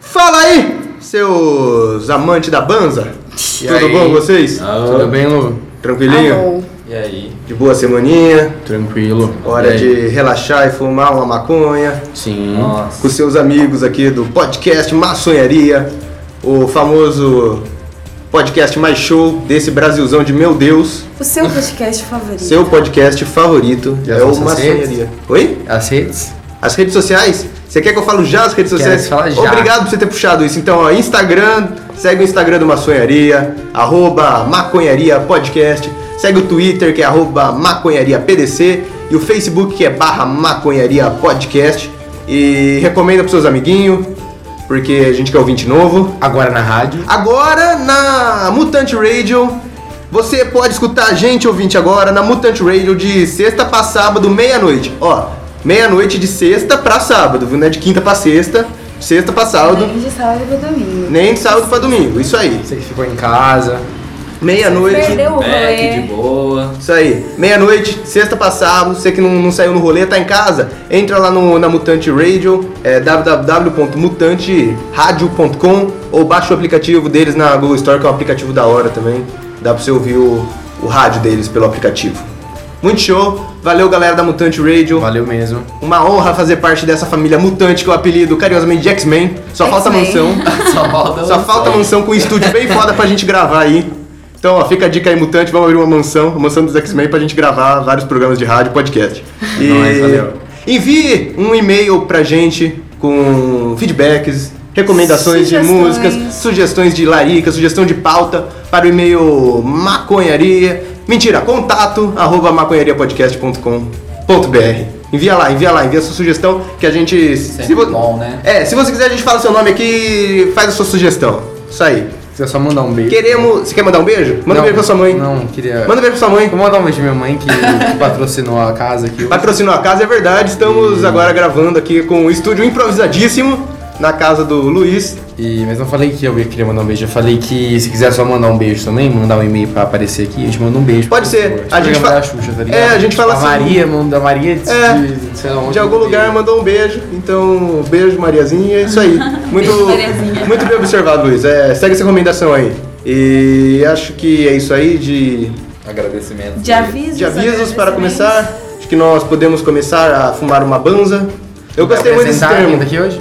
Fala aí, seus amantes da banza. E Tudo aí? bom com vocês? Ah. Tudo bem, Lu? Tranquilinho? Alô. E aí? De boa semaninha, Tranquilo. E hora aí? de relaxar e fumar uma maconha Sim. com seus amigos aqui do podcast Maçonharia, o famoso podcast mais show desse Brasilzão de meu Deus, O seu podcast favorito. é seu podcast favorito E as é o nossas Maçonharia. Oi? As redes? As redes sociais? Você quer que eu falo já as redes Quero sociais? que fala já. Obrigado por você ter puxado isso. Então, ó, Instagram, segue o Instagram do Maconharia, arroba Maconharia Podcast, segue o Twitter, que é arroba Maconharia PDC, e o Facebook, que é barra Maconharia Podcast. E recomenda pros seus amiguinhos, porque a gente quer ouvinte novo. Agora na rádio. Agora na Mutante Radio. Você pode escutar a gente, ouvinte, agora na Mutante Radio de sexta pra sábado, meia-noite. Ó, meia-noite de sexta pra sábado, viu? Não é de quinta pra sexta, de sexta pra sábado, Nem de sábado pra domingo. nem de sábado pra domingo. Isso aí. Você que ficou em casa. Meia-noite. Perdeu o Back rolê. de boa. Isso aí, meia-noite, sexta pra sábado, você que não, não saiu no rolê, tá em casa, entra lá no, na Mutante Radio, é www.mutanteradio.com ou baixa o aplicativo deles na Google Store, que é um aplicativo da hora também, dá pra você ouvir o, o rádio deles pelo aplicativo. Muito show, valeu galera da Mutante Radio, Valeu mesmo. uma honra fazer parte dessa família mutante que eu apelido carinhosamente de X-Men, só falta X-Men. mansão. Só falta né? Só falta mansão com um estúdio bem foda pra gente gravar aí. Então, ó, fica a dica aí, mutante, vamos abrir uma mansão, a mansão dos X-Men, pra gente gravar vários programas de rádio, podcast. E Nóis, valeu. envie um e-mail pra gente com feedbacks, recomendações de Sugestões. músicas, sugestões de larica, sugestão de pauta para o e-mail maconharia, mentira, contato arroba maconhariapodcast.com.br. Envia lá, envia lá, envia sua sugestão que a gente... Sempre bom, né? É, se você quiser, a gente fala seu nome aqui e faz a sua sugestão. Isso aí. Queria só mandar um beijo. Queremos. Você quer mandar um beijo? Manda Não, um beijo pra sua mãe. Não, queria. Manda um beijo pra sua mãe. Vou mandar um beijo pra minha mãe que que patrocinou a casa aqui. hoje. Patrocinou a casa, é verdade. Estamos agora gravando aqui com o estúdio improvisadíssimo na casa do Luiz. E, mas não falei que eu queria mandar um beijo. Eu falei que se quiser só mandar um beijo também, mandar um e-mail pra aparecer aqui, a gente manda um beijo. Pode por ser. favor. A gente fa- Programa da Xuxa, tá ligado? É, a gente fala a assim- Maria, manda a Maria de, É, de, sei lá onde, De algum lugar mandou um beijo, então beijo Mariazinha, é isso aí. Muito, Beijo, Mariazinha. muito bem observado, Luiz. É, segue essa recomendação aí. E acho que é isso aí de Agradecimento. De avisos. de avisos para agradecimentos. começar. Acho que nós podemos começar a fumar uma banza. Eu gostei muito desse Apresentar termo. quem tá aqui hoje?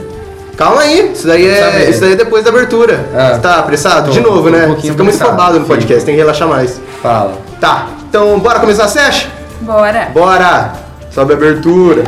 Calma aí, isso daí, é, Sabe. isso daí é depois da abertura. Ah. Você tá apressado? Tô, De novo, tô um né? pouquinho Você fica muito apressado, afobado no sim. podcast, tem que relaxar mais. Fala. Tá, então bora começar a sesh? Bora. Bora! Sobe a abertura.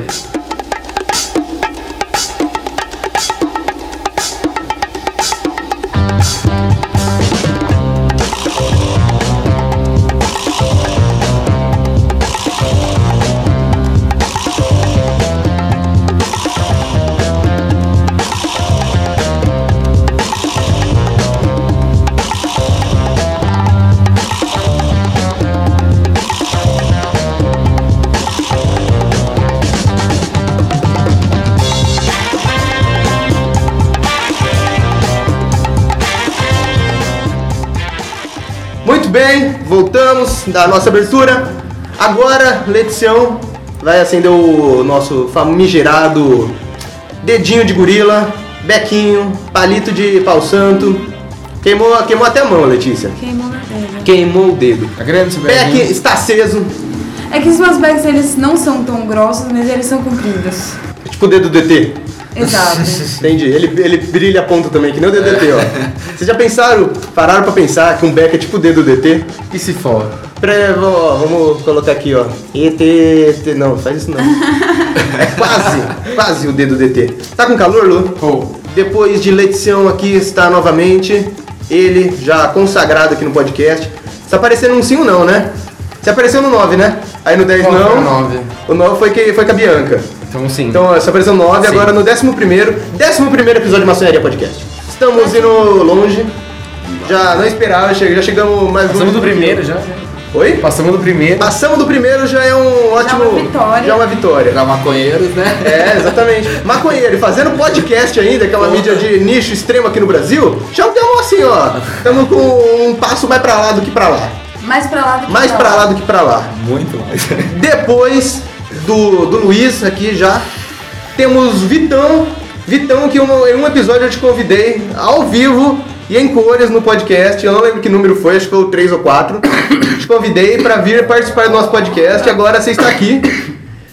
Muito bem, voltamos da nossa abertura. Agora, Letição vai acender o nosso famigerado dedinho de gorila, bequinho, palito de pau santo. Queimou, queimou até a mão, Letícia. Queimou na terra. Queimou o dedo. Tá querendo saber? Beck alguém? está aceso, É que os meus bags eles não são tão grossos, mas eles são compridos. tipo o dedo do DT. Exato. Entendi. Ele, ele brilha a ponta também, que nem o DDT, ó. Vocês já pensaram, pararam pra pensar que um Beck é tipo o dedo do DT? E se for? Pra, ó, vamos colocar aqui, ó. ET, ET, não, faz isso não. É quase, quase o dedo do DT. Tá com calor, Lu? Ou. Depois de Letição aqui está novamente, ele já consagrado aqui no podcast. Se aparecer num sim ou não, né? Se apareceu no 9, né? Aí no 10 Qual foi não. o nove? O 9 foi, que, foi com a Bianca. Então sim. Então, essa apareceu 9, agora no 11 primeiro, 11 primeiro episódio de Maçonaria Podcast. Estamos indo longe, já não esperava, che- já chegamos mais longe Passamos do que- primeiro já. Oi? Passamos do primeiro. Passamos do primeiro, já é um ótimo... uma vitória. Já é uma vitória. Pra maconheiros, né? É, exatamente. Maconheiro, e fazendo podcast ainda, aquela mídia de nicho extremo aqui no Brasil, já estamos assim, ó. Estamos com um passo mais pra lá do que pra lá. Mais pra lá do que Mais pra lá do que pra lá. Muito mais. Depois do, do Luiz aqui já, temos Vitão, Vitão, que um, em um episódio eu te convidei ao vivo e em cores no podcast. Eu não lembro que número foi, acho que foi o 3 ou 4. te convidei pra vir participar do nosso podcast e agora você está aqui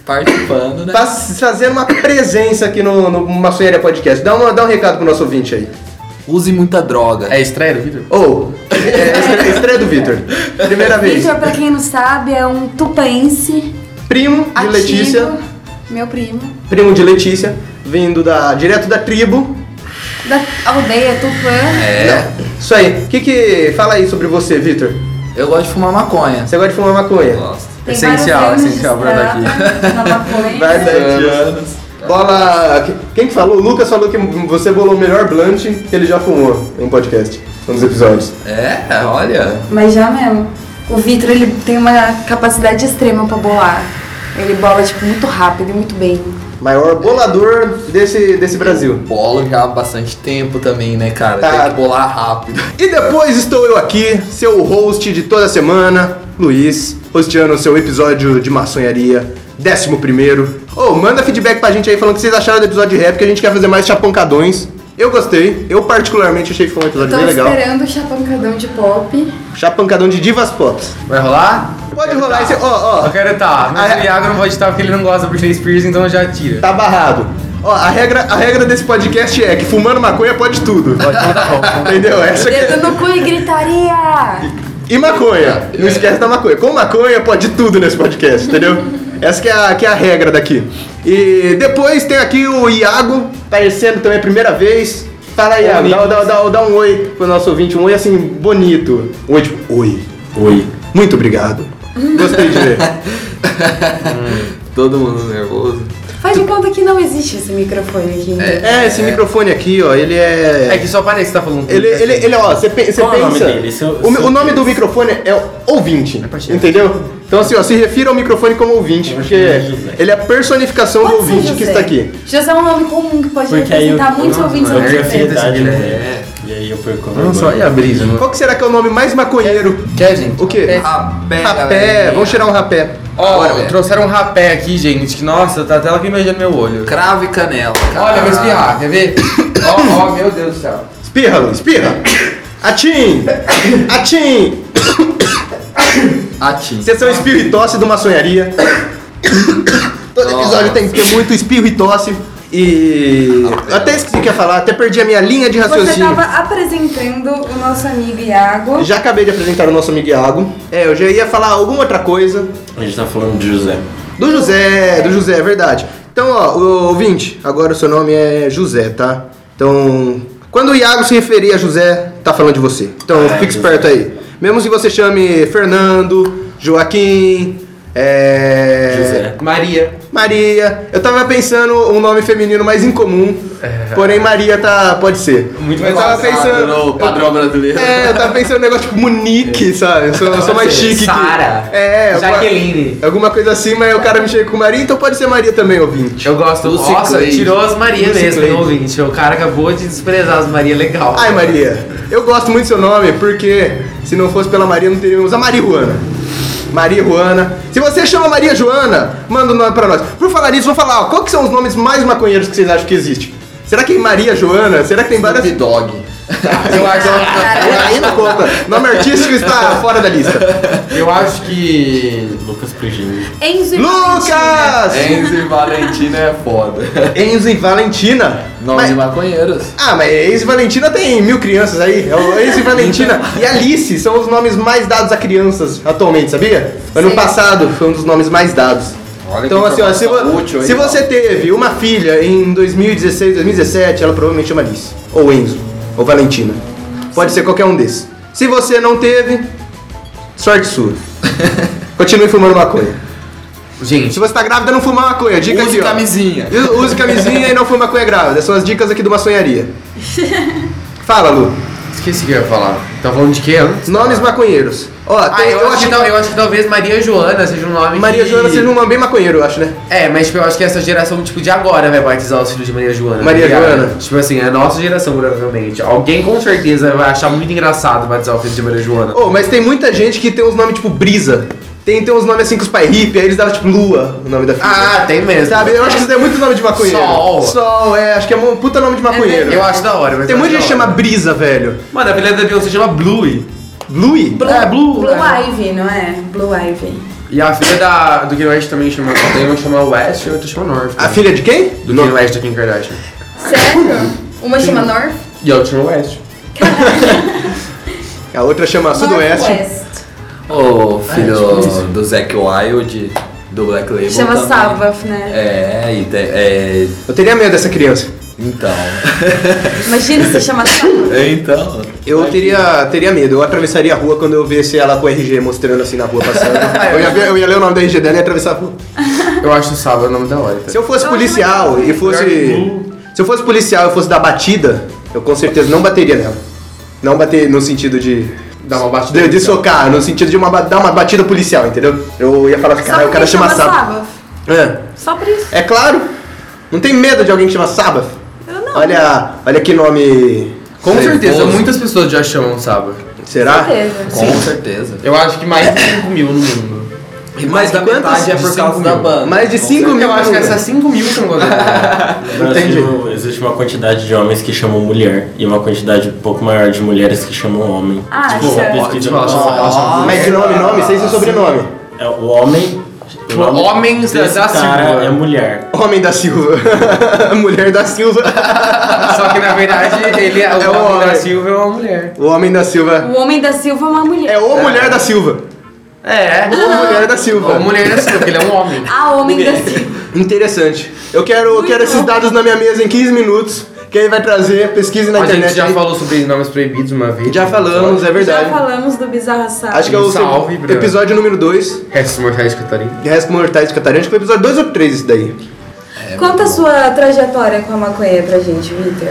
Participando, né? fa- fazendo uma presença aqui no, no Maçonharia Podcast. Dá, uma, dá um recado pro nosso ouvinte aí. Use muita droga. É estreia do Vitor? Ou, é, é estreia, estreia do Vitor. Primeira vez. Vitor, pra quem não sabe, é um tupense. Primo de ativo, Letícia. Meu primo. Primo de Letícia, vindo da, direto da tribo. Da aldeia Tupã. É. Isso aí. Que que fala aí sobre você, Vitor? Eu gosto de fumar maconha. Você gosta de fumar maconha? Gosto. Tem Essencial, vários gramas essencial de pra dar extrato Na maconha. Verdade. Bola. Quem que falou? O Lucas falou que você bolou o melhor blunt que ele já fumou em um podcast, um dos episódios. É, olha. Mas já mesmo. O Vitor, ele tem uma capacidade extrema pra bolar. Ele bola, tipo, muito rápido e muito bem. Maior bolador desse, desse Brasil. Bolo já há bastante tempo também, né, cara? Tá. Tem que bolar rápido. E depois estou eu aqui, seu host de toda semana, Luiz, hosteando o seu episódio de maçonharia, 11 primeiro. Ô, manda feedback pra gente aí falando o que vocês acharam do episódio de rap, que a gente quer fazer mais chapancadões. Eu gostei, eu particularmente achei que foi um episódio Tô bem legal. esperando o chapancadão de pop. Chapancadão de divas pop. Vai rolar? Pode rolar esse. Ó, ó. Eu quero estar, mas Ah, é. o Iago não pode estar porque ele não gosta do Britney Spears, então já tira. Tá barrado. Ó, a regra, a regra desse podcast é que fumando maconha pode tudo. tá Entendeu? Essa que é- Dedo no cu e gritaria! E maconha. Não esquece da maconha. Com maconha pode tudo nesse podcast, entendeu? Essa que é, a, que é a regra daqui. E depois tem aqui o Iago, aparecendo também a primeira vez. Fala aí, Iago. Dá, dá- dá- dá um oi pro nosso ouvinte. Um oi assim, bonito. Um oi tipo, oi. Oi. Muito obrigado. Gostei de ver. Todo mundo nervoso. Faz de conta que não existe esse microfone aqui. né? É, esse microfone aqui, ó, ele é... É que só parece que tá falando. Ele, ele, ele, ó, você pe você Qual é o pensa. nome dele? Se eu- o, se meu- eu- o nome do microfone é ouvinte. partir Entendeu? Então, assim, ó, se refira ao microfone como ouvinte, Eu porque achei que é José. ele é a personificação do Pode ser ouvinte que José. está aqui. José é um nome comum que pode Porque aí eu, representar muitos eu, ouvintes eu ao tenho mesmo tempo. afinidade, desse né? E aí eu perco a Não só, e vergonha. a brisa, né? não? Qual que será que é o nome mais maconheiro? Quer, gente? O quê? É, Rapé, Rapé, galerinha. vamos tirar um rapé. Ó, Olha. trouxeram um rapé aqui, gente, que nossa, tá até lacrimejando meu olho. Crave e canela. Olha, eu vou espirrar, espirrar. quer ver? Ó, ó, meu Deus do céu. Espirra, Lu, espirra! Atim! Atim! Atim. Sessão espirro e tosse do maçonharia. Todo episódio tem que ter muito espirro e tosse. E. Eu até esqueci o que ia falar, até perdi a minha linha de raciocínio. é. Você tava apresentando o nosso amigo Iago. Já acabei de apresentar o nosso amigo Iago. É, eu já ia falar alguma outra coisa. A gente tá falando de José. Do José, do José, é verdade. Então, ó, o- ouvinte, agora o seu nome é José, tá? Então, quando o Iago se referir a José, tá falando de você. Então, Ah, é, fique esperto aí. Mesmo se você chame Fernando, Joaquim, é... José. Maria. Maria. Eu tava pensando um nome feminino mais incomum, É. porém Maria tá, pode ser. Muito Eu tava engraçado, pensando... No padrão brasileiro. É, eu tava pensando um negócio tipo Munique, sabe? Eu sou, eu sou mais chique. que- Sara. É, alguma- Jaqueline. Alguma coisa assim, mas o cara me chega com Maria, então pode ser Maria também, ouvinte. Eu gosto. Lucy Nossa, Clay. tirou as Maria Lucy mesmo, Clay. hein, ouvinte. O cara acabou de desprezar as Maria legal. Ai, Maria, eu gosto muito do seu nome, porque se não fosse pela Maria, não teríamos a Maria Juana. Maria Juana. Se você chama Maria Joana, manda o nome pra nós. Por falar nisso, vou falar, ó, qual que são os nomes mais maconheiros que vocês acham que existe? Será que tem Maria Joana? Será que tem várias... Snoop Dog. Ah, Eu acho que aí não conta. Nome artístico está fora da lista. Eu acho que. Lucas Prigini. Enzo e Valentina. É, Lucas! Enzo e Valentina é foda. Enzo e Valentina. Nome Mas- de maconheiros. Ah, mas Enzo e Valentina tem mil crianças aí. É o Enzo e Valentina e Alice são os nomes mais dados a crianças atualmente, sabia? Ano Sim. passado foi um dos nomes mais dados. Olha que então, assim, ó, se, vo- informação útil aí, se ó. você teve uma filha em 2016, 2017, ela provavelmente chama Alice, ou Enzo, ou Valentina. Pode ser qualquer um desses. Se você não teve, sorte sua. Continue fumando maconha. Gente, Se você tá grávida, não fuma maconha. Dica Use aqui, ó. camisinha. E- Use camisinha e não fuma maconha grávida. São as dicas aqui do maçonharia. Fala, Lu. esqueci o que eu ia falar. Tá falando de quê antes? Nomes maconheiros. Ó, Ah, tem- eu, acho que, tal- eu acho que talvez Maria Joana seja um nome. Maria que... Joana seja um nome bem maconheiro, eu acho, né? É, mas tipo, eu acho que essa geração, tipo, de agora vai batizar os filhos de Maria Joana. tá Maria ligado? Joana. Tipo assim, é a nossa geração, provavelmente. Alguém com certeza vai achar muito engraçado batizar o filho de Maria Joana. Oh, mas tem muita gente que tem uns nomes tipo Brisa. Tem, tem uns nomes assim que os pais hippie, aí eles davam tipo lua o nome da filha. Ah, tem mesmo. Sabe? Eu acho que isso é muito nome de maconheiro. Sol. É, Sol, é, acho que é um puta nome de maconheiro. Eu acho da hora, mas Tem eu muita acho gente que chama da hora. brisa, velho. Mano, a filha da Beyoncé chama Bluey. Bluey? É, Blue. Blue é. Ivy, não é? Blue Ivy. E a filha da, do Kanye West também chama. Tem uma que chama West e outra chama North. né? A filha de quem? do Kanye West da Kim Kardashian. Sério? Uma chama North? E a outra chama West. A outra chama Sudoeste. Northwest. Ô, Ah, é filho do Zac Wild, do Black Label. Chama também. Sabbath, né? É, e tem- é, Eu teria medo dessa criança. então. Imagina se chama Sabbath. É, então. Eu teria, teria medo, eu atravessaria a rua quando eu visse ela com o RG mostrando assim na rua passando. Ah, eu, ia, ver- eu ia ler o nome do RG dela e ia atravessar a rua. Eu acho o Sábado o nome da hora. tá? Se eu fosse Eu acho policial legal, e fosse. Se eu fosse policial e fosse dar batida, eu com certeza não bateria nela. Não bater no sentido de. Dar uma batida De, de policial. socar, no sentido de uma, ba- dar uma batida policial, entendeu? Eu ia falar assim, Só caralho, o cara porque chama Sábado. Sabbath. É, Só por isso. é claro. Não tem medo de alguém que chama Sábado? Eu não. Olha, olha que nome. Com Sei, certeza, posso. muitas pessoas já chamam Sábado. Será? Certeza. Com certeza. Eu acho que mais de 5 mil no mundo. E mais da metade é por causa da banda. Mais de 5 mil. Eu acho que no mundo. essas 5 mil são Eu acho que Entendi. não- Existe uma quantidade de homens que chamam mulher e uma quantidade um pouco maior de mulheres que chamam homem. Ah, tipo, a sério? pesquisa Ótimo, fala- ótimo. Mas de nome, nome, sem seu sobrenome. é o homem. O nome homens da- desse da cara Silva. é mulher. Homem da Silva. Mulher da Silva. Só que na verdade, ele é o É um nome da homem. Silva é uma mulher. O homem da Silva. O homem da Silva é uma mulher. É o mulher da Silva. É. O mulher da Silva. Ou mulher da Silva, porque ele é um homem. Ah, homem da Silva. Interessante. Eu quero, eu quero Muito esses bom. dados na minha mesa em 15 minutos. Quem vai trazer, pesquise na A internet. gente já aí. falou sobre nomes proibidos uma vez. Já falamos, é verdade. Já falamos do Bizarra Sábado. Acho que é o Salve, seu- Bruno. episódio númiro 2. Restos mortais de Catarina. Restos Mortais de Catarina. Acho que foi episódio 2 ou 3 esse daí. É Conta a sua trajetória com a maconha pra gente, Victor.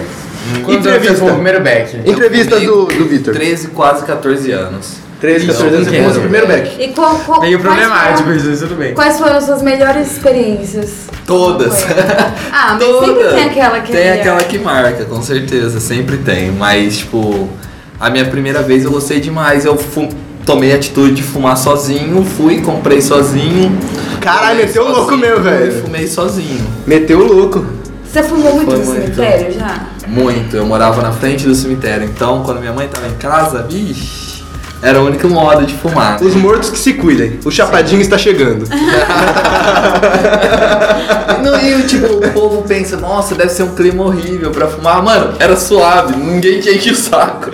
Quando Entrevista. você foi o primeiro back? Entrevista do, do Vitor. 13, quase 14 anos. 13, 14 anos, Isso, você foi o entendo. primeiro back. E qual, qual, Meio quais problemático, foram- isso é tudo bem. Quais foram as suas melhores experiências? Todas. Com a maconha? Ah, mas sempre Toda. tem aquela que é Tem melhor. aquela que marca, com certeza, sempre tem. Mas, tipo, a minha primeira vez eu gostei demais. Eu fu- tomei a atitude de fumar sozinho, fui, comprei sozinho. Caralho, Fumei meteu o louco sozinho, mesmo, velho. Fumei sozinho. Meteu o louco. Você fumou muito Foi no muito. cemitério já? Muito. Eu morava na frente do cemitério. Então, quando minha mãe tava em casa, vixi, era o único modo de fumar. Os mortos que se cuidem. O Chapadinho está chegando. Não, e tipo, o povo pensa, nossa, deve ser um clima horrível pra fumar. Mano, era suave, ninguém tinha que o saco.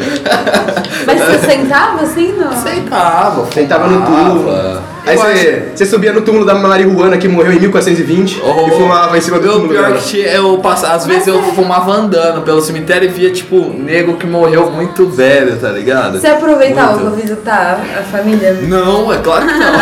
Mas você sentava assim, não? Sentava, Sentava Ah, no túmulo. fumava. Aí você, você subia no túmulo da marihuana que morreu em 1420 Oh, e fumava em cima do meu, túmulo pior dela. que eu passava, às vezes eu fumava andando pelo cemitério e via, tipo, um nego que morreu muito velho, tá ligado? Você aproveitava pra Muito. visitar a família? Não, é claro que não.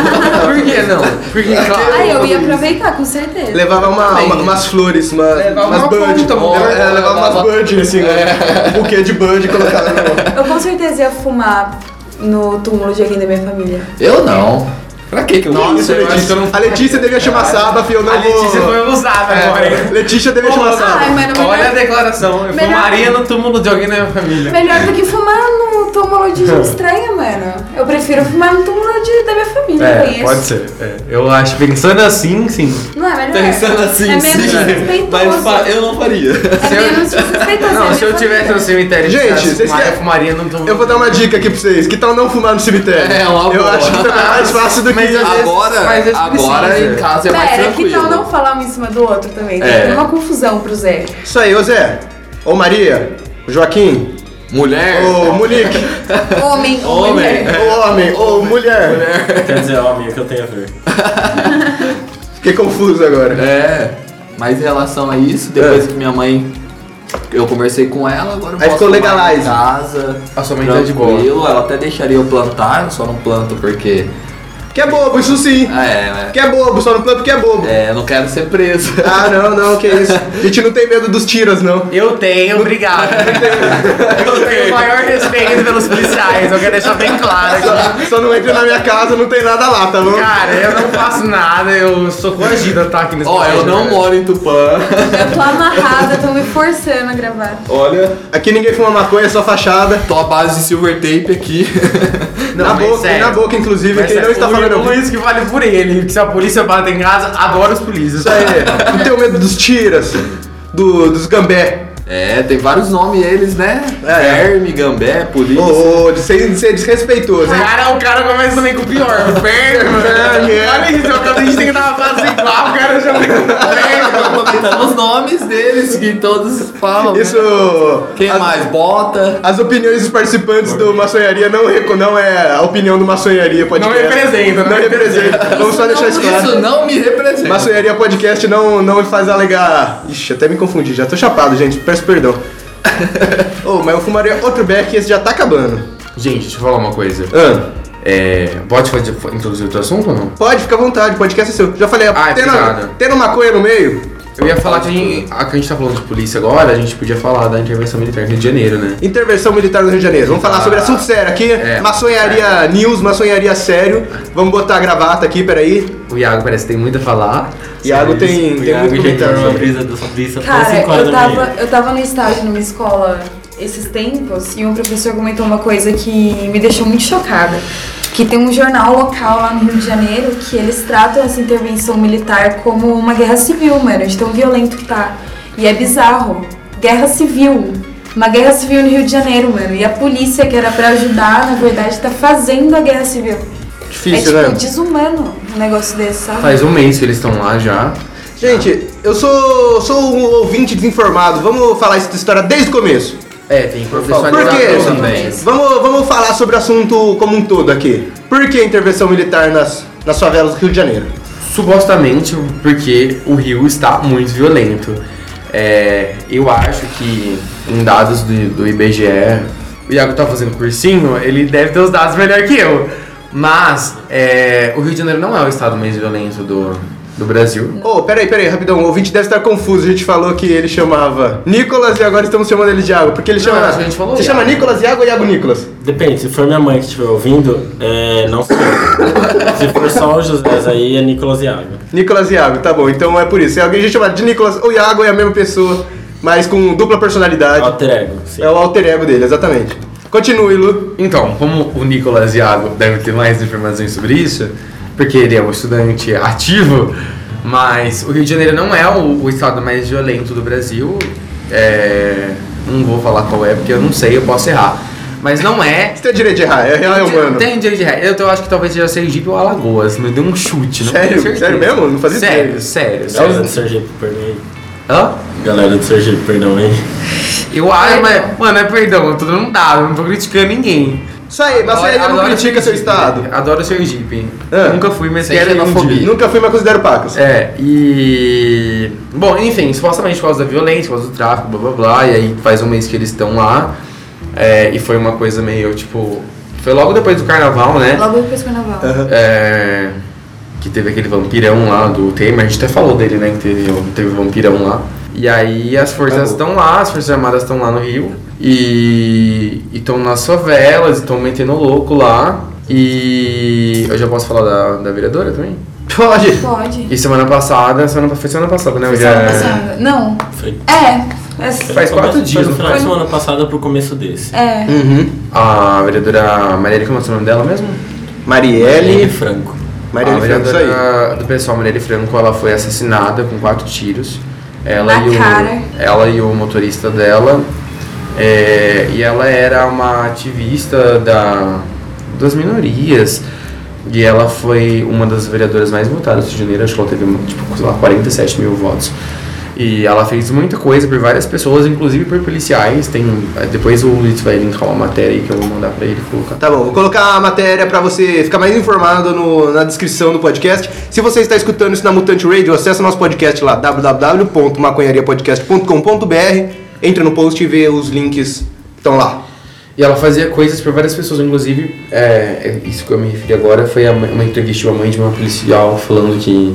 Por que não? Porque, claro. Ah, eu ia aproveitar, com certeza. Levava uma, uma- umas flores, uma, Levava umas uma bud. ponta, mano. É, levava umas Levava- bud, assim, né? um buquê de bud e colocava no... Eu com certeza ia fumar no túmulo de alguém da minha família. Eu não. Pra que que eu Nossa, isso? Letícia. A Letícia devia chamar Sábado, eu não A Letícia vou... foi um É. abusada agora, hein? Letícia devia Ô, chamar mano, Sábado. Ai, mano, melhor- Olha a declaração. Eu Melhor- fumaria no túmulo de alguém da minha família. Melhor do que fumar no túmulo de gente estranha, mano. Eu prefiro fumar no túmulo de, da minha família, eu conheço. pode ser. é. Eu acho, pensando assim, sim. Não é melhor? Pensando assim, é menos sim. desrespeitoso. Mas fa- eu não faria. É Se eu- menos desrespeitoso. é Não, se Assim, eu né? minha tivesse família. no cemitério, Gente, eu vocês fumaria, querem- fumaria no túmulo. Eu vou dar uma dica aqui pra vocês. Que tal não fumar no cemitério? É, uma Eu boa. acho que também é mais fácil do que... Mas às vezes- Agora, mas às vezes agora precisa. em casa é mais Pera, que tranquilo. tal não falar um em cima do outro também? Tem É. uma confusão pro Zé. Isso aí, ô Zé. Ô Maria. Ô Joaquim. Mulher? Ô Monique. Homem, ou Homem. mulher. Ô homem. Ô mulher. Quer dizer, é homem, o que eu tenho a ver? Fiquei confuso agora. É. Mas em relação a isso, depois que minha mãe. Eu conversei com ela, agora eu Aí posso ficou fumar legalized. em casa. A sua mãe tá de boa. tranquilo, Ela até deixaria eu plantar, eu só não planto porque. Que é bobo, isso sim. Ah, é, Que é bobo, só não planta porque é bobo. é, eu não quero ser preso. Ah, não, não, que isso. A gente não tem medo dos tiras, não. Eu tenho, obrigado. eu tenho o maior respeito pelos policiais, eu quero deixar bem claro aqui. Só não entra na minha casa, não tem nada lá, tá bom? Cara, eu não faço nada, eu sou coagido a estar aqui nesse Ó, eu país, não né? moro em Tupã. Eu tô amarrada, tô me forçando a gravar. Olha, aqui ninguém fuma maconha, é só fachada. Tô à base de silver tape aqui. Não, na mas boca, sério. na boca, inclusive, Mas é quem não sério, está o falando é problema o não. Luiz que vale por ele. Que se a polícia bate em casa, adora os polícias. Isso aí. Não tenho medo dos tiras, do, dos gambé. É, tem vários nomes eles, né? É. Verme, gambé, polícia. Ô, ô, você você é O desrespeitoso, hein? É, cara, o cara começa também com o pior. O Perma. Perma. Olha isso, eu acabei de ter que dar uma fase igual, o cara já vem com Tô o comentando os nomes deles que todos falam. né? Isso. Quem as, mais? Bota. As opiniões dos participantes do Maçonharia não, reco- não é a opinião do Maçonharia Podcast. Não representa, não, não representa. Vamos só deixar isso Isso claro. não me representa. Maçonharia Podcast não, não faz alegar. Ixi, até me confundi, já tô chapado, gente, peço perdão. Ô, mas eu fumaria outro beck e esse já tá acabando. Gente, deixa eu falar uma coisa. Ah, É, pode fazer, introduzir outro assunto ou não? pode, fica à vontade, o podcast é seu. Já falei, Ai, tendo, obrigado. tendo maconha no meio, Eu ia falar que a gente, a, que a gente tá falando de polícia agora, a gente podia falar da intervenção militar no Rio de Janeiro, né? intervenção militar no Rio de Janeiro. Vamos falar Ah. sobre assunto sério aqui. É. Maçonharia News, maçonharia sério. Vamos botar a gravata aqui, peraí. O Iago parece que tem muito a falar. Iago tem, O tem Iago muito já entrou comentário numa sobre. brisa do- sobre Então, isso até Cara, 5 horas eu da manhã. tava, eu tava no estágio numa escola esses tempos e um professor comentou uma coisa que me deixou muito chocada. Que tem um jornal local lá no Rio de Janeiro que eles tratam essa intervenção militar como uma guerra civil, mano, de tão violento que tá. E é bizarro. Guerra civil. Uma guerra civil no Rio de Janeiro, mano. E a polícia, que era pra ajudar, na verdade, tá fazendo a guerra civil. Difícil, é tipo né? desumano um negócio desse, sabe? Faz um mês que eles estão lá já. Gente, eu sou, sou um ouvinte desinformado. Vamos falar essa história desde o começo. É, tem Por quê? profissionalização também. Vamos, vamos falar sobre o assunto como um todo aqui. Por que a intervenção militar nas, nas favelas do Rio de Janeiro? Supostamente porque o Rio está muito violento. É, eu acho que em dados do, do IBGE, o Iago tá fazendo cursinho, ele deve ter os dados melhor que eu. Mas é, o Rio de Janeiro não é o estado mais violento do, do Brasil. Ô, peraí, peraí, rapidão. O ouvinte deve estar confuso. A gente falou que ele chamava Nicolas e agora estamos chamando ele de Iago. Porque ele Não, chama. acho que a gente falou Você Iago. chama Nicolas Iago ou Iago Nicolas? Depende, se for minha mãe que estiver ouvindo, é, não sei. se for só o José, aí é Nicolas e Água. Nicolas e Iago, tá bom. Então é por isso. Se alguém já chamar de Nicolas ou Iago é a mesma pessoa, mas com dupla personalidade. Alter ego, sim. É o alter ego dele, exatamente. Continue, Lu. Então, como o Nicolas Iago deve ter mais informações sobre isso, porque ele é um estudante ativo, mas o Rio de Janeiro não é o, o estado mais violento do Brasil. É, não vou falar qual é, porque eu não sei, eu posso errar. Mas não é. Você tem direito de errar, é real, é humano. Tem direito de errar. Eu, tô- acho que talvez seja Sergipe ou Alagoas, me deu um chute, não tenho Sério? certeza. Sério mesmo? Não fazia Sério, ideia. É um- sério, Galera sério. do Sergipe, perdão aí. Hã? Galera do Sergipe, perdão aí. Eu acho, Perdão. mas. Mano, é perdão, eu tô dando um dado, não tô criticando ninguém. Isso aí, mas você não Adoro critica seu Sergipe. estado. Adoro Sergipe. Ah. Nunca fui, mas Sem quero ir um xenofobia. dia. Nunca fui, mas considero pacas. É, e. Bom, enfim, supostamente por causa da violência, por causa do tráfico, blá blá blá, e aí faz um mês que eles estão lá. é, e foi uma coisa meio tipo. Foi logo depois do carnaval, né? Logo depois do carnaval. É, que teve aquele vampirão lá do Temer, a gente até falou dele, né? Que teve, teve vampirão lá. E aí as Acabou. forças estão lá, as forças armadas estão lá no Rio e estão nas favelas, estão metendo louco lá. E eu já posso falar da, da vereadora também? Pode. Pode. E semana passada, semana, foi semana passada, né? já... Semana passada. Não. Foi. É. É. Faz quatro Começo- dias, não Foi no final da foi? semana passada pro começo desse. é. Uhum. A vereadora Marielle, como é o nome dela mesmo? Ele Marielle. Franco. Marielle a Franco, isso aí. vereadora do pessoal Marielle Franco, ela foi assassinada com quatro tiros. Ela, Na e o, cara. ela e o motorista dela. É, e ela era uma ativista da, das minorias. E ela foi uma das vereadoras mais votadas do Rio de Janeiro. Acho que ela teve, tipo, sei lá, 47 mil votos. E ela fez muita coisa por várias pessoas, inclusive por policiais. Tem, depois o Luiz vai linkar uma matéria aí que eu vou mandar pra ele colocar. Tá bom, vou colocar a matéria pra você ficar mais informado no- na descrição do podcast. Se você está escutando isso na Mutante Radio, acessa nosso podcast lá, www.maconhariapodcast.com.br. Entra no post e vê os links que estão lá. E ela fazia coisas para várias pessoas, inclusive, é, é isso que eu me referi agora foi a mãe- uma entrevista de uma mãe de uma policial falando que,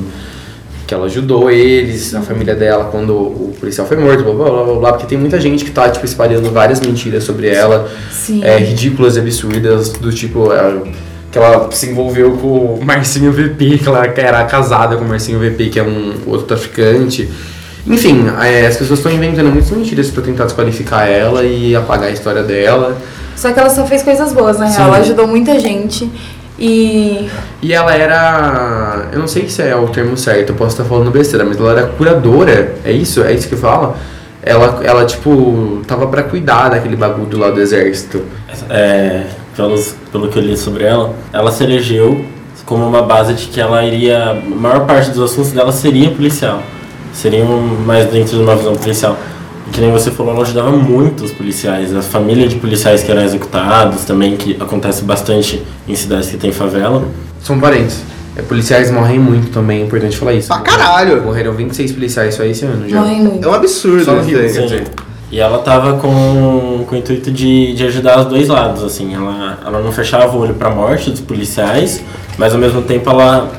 que ela ajudou eles, a família dela, quando o policial foi morto, blá blá blá blá, blá porque tem muita gente que tá, tipo, espalhando várias mentiras sobre ela, Sim. é, ridículas e absurdas, do tipo, é, que ela se envolveu com o Marcinho VP, que ela era casada com o Marcinho VP, que é um outro traficante. Enfim, é, as pessoas estão inventando muitas mentiras para tentar desqualificar ela e apagar a história dela. Só que ela só fez coisas boas, na real. Ela ajudou muita gente. E E ela era. Eu não sei se é o termo certo, eu posso estar falando besteira, mas ela era curadora, é isso? É isso que fala? Ela, ela tipo, tava pra cuidar daquele bagulho lá do exército. É, pelos, pelo que eu li sobre ela, ela se elegeu como uma base de que ela iria. A maior parte dos assuntos dela seria policial. Seriam mais dentro de uma visão policial. E que nem você falou, ela ajudava muito os policiais. A família de policiais que eram executados também, que acontece bastante em cidades que tem favela. São parentes. É, policiais morrem muito também, é importante falar isso. Pra caralho! Morreram 26 policiais só esse ano já. morrem É muito. um absurdo Só no isso Rio, daí. Quer Sim. dizer- E ela tava com, com o intuito de, de ajudar os dois lados, assim. Ela, ela não fechava o olho pra morte dos policiais, mas ao mesmo tempo ela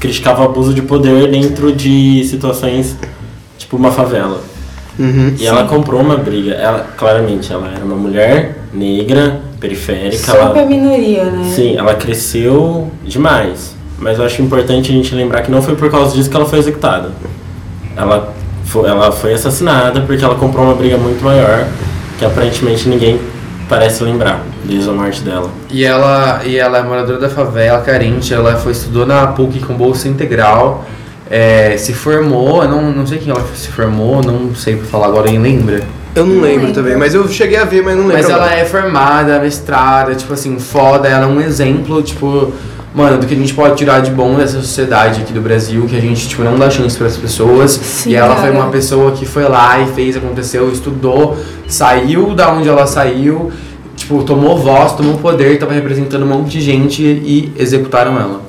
criticava o abuso de poder dentro de situações tipo uma favela. Uhum. E ela comprou uma briga. Ela, claramente, ela era uma mulher negra, periférica. ela- Super minoria, né? Sim, ela cresceu demais. Mas eu acho importante a gente lembrar que não foi por causa disso que ela foi executada. Ela foi, ela foi assassinada porque ela comprou uma briga muito maior que aparentemente ninguém parece lembrar desde a morte dela. E ela, e ela é moradora da favela, carente, ela foi, estudou na PUC com bolsa integral, é, se formou, eu não, não sei quem ela se formou, não sei pra falar agora, nem lembra. Eu não Não lembro lembro. também, mas eu cheguei a ver, mas não lembro. Mas ela agora. é formada, mestrada, tipo assim, foda, ela é um exemplo, tipo, mano, do que a gente pode tirar de bom dessa sociedade aqui do Brasil, que a gente, tipo, não dá chance para as pessoas. Sim, e ela cara. foi uma pessoa que foi lá e fez, aconteceu, estudou, saiu da onde ela saiu, tipo, tomou voz, tomou poder, tava representando um monte de gente e executaram ela.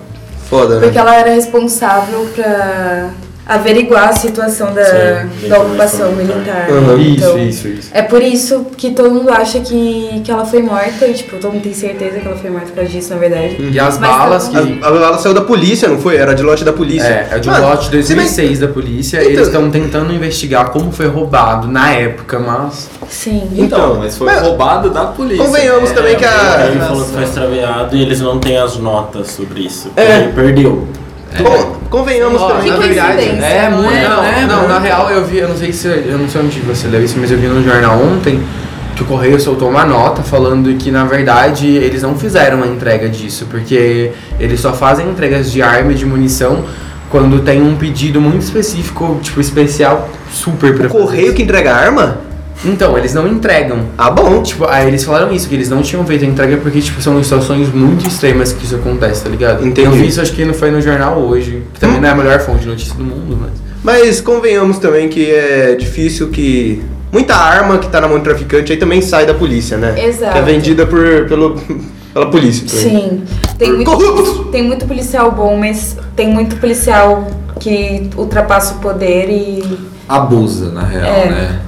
Foda, Porque né? ela era responsável pra averiguar a situação da, Sim, da ocupação dentro da militar. Uhum. Então, isso, isso. É por isso que todo mundo acha que, que ela foi morta, e tipo, todo mundo tem certeza que ela foi morta por causa disso, na verdade. E as Mas balas tá Ah, que. A, a ela saiu da polícia, não foi? Era de lote da polícia. É, é de um Mano, lote de se bem- 2006 da polícia. Então- Eles estão tentando investigar como foi roubado na época, mas. Sim. Então, Então, mas foi mas- roubado da polícia. É, Convenhamos também que Ele a. falou que foi extraviado e eles não têm as notas sobre isso. É. Ele perdeu. Con- Convenhamos Ó, também. um Que na que- verdade, coincidência, é não muito. é? Não, É, não, mano. na real eu vi, eu não sei se eu não sei onde você leu isso, mas eu vi no jornal ontem que o Correio soltou uma nota falando que na verdade eles não fizeram a entrega disso, porque eles só fazem entregas de arma e de munição quando tem um pedido muito específico, tipo especial, super pra O fazer correio isso. que entrega a arma? Então, eles não entregam. Ah, bom. Tipo, aí eles falaram isso, que eles não tinham feito a entrega porque, tipo, são situações muito extremas que isso acontece, tá ligado? Entendi. Eu vi isso, acho que não foi no jornal hoje, que também não é a melhor fonte de notícia do mundo, mas... Mas convenhamos também que é difícil que. Muita arma que tá na mão do traficante aí também sai da polícia, né? Exato. Que é vendida por, pelo, pela polícia. também. Sim. Tem muito, Corruptos! tem muito policial bom, mas tem muito policial que ultrapassa o poder e. Abusa, na real, É. né?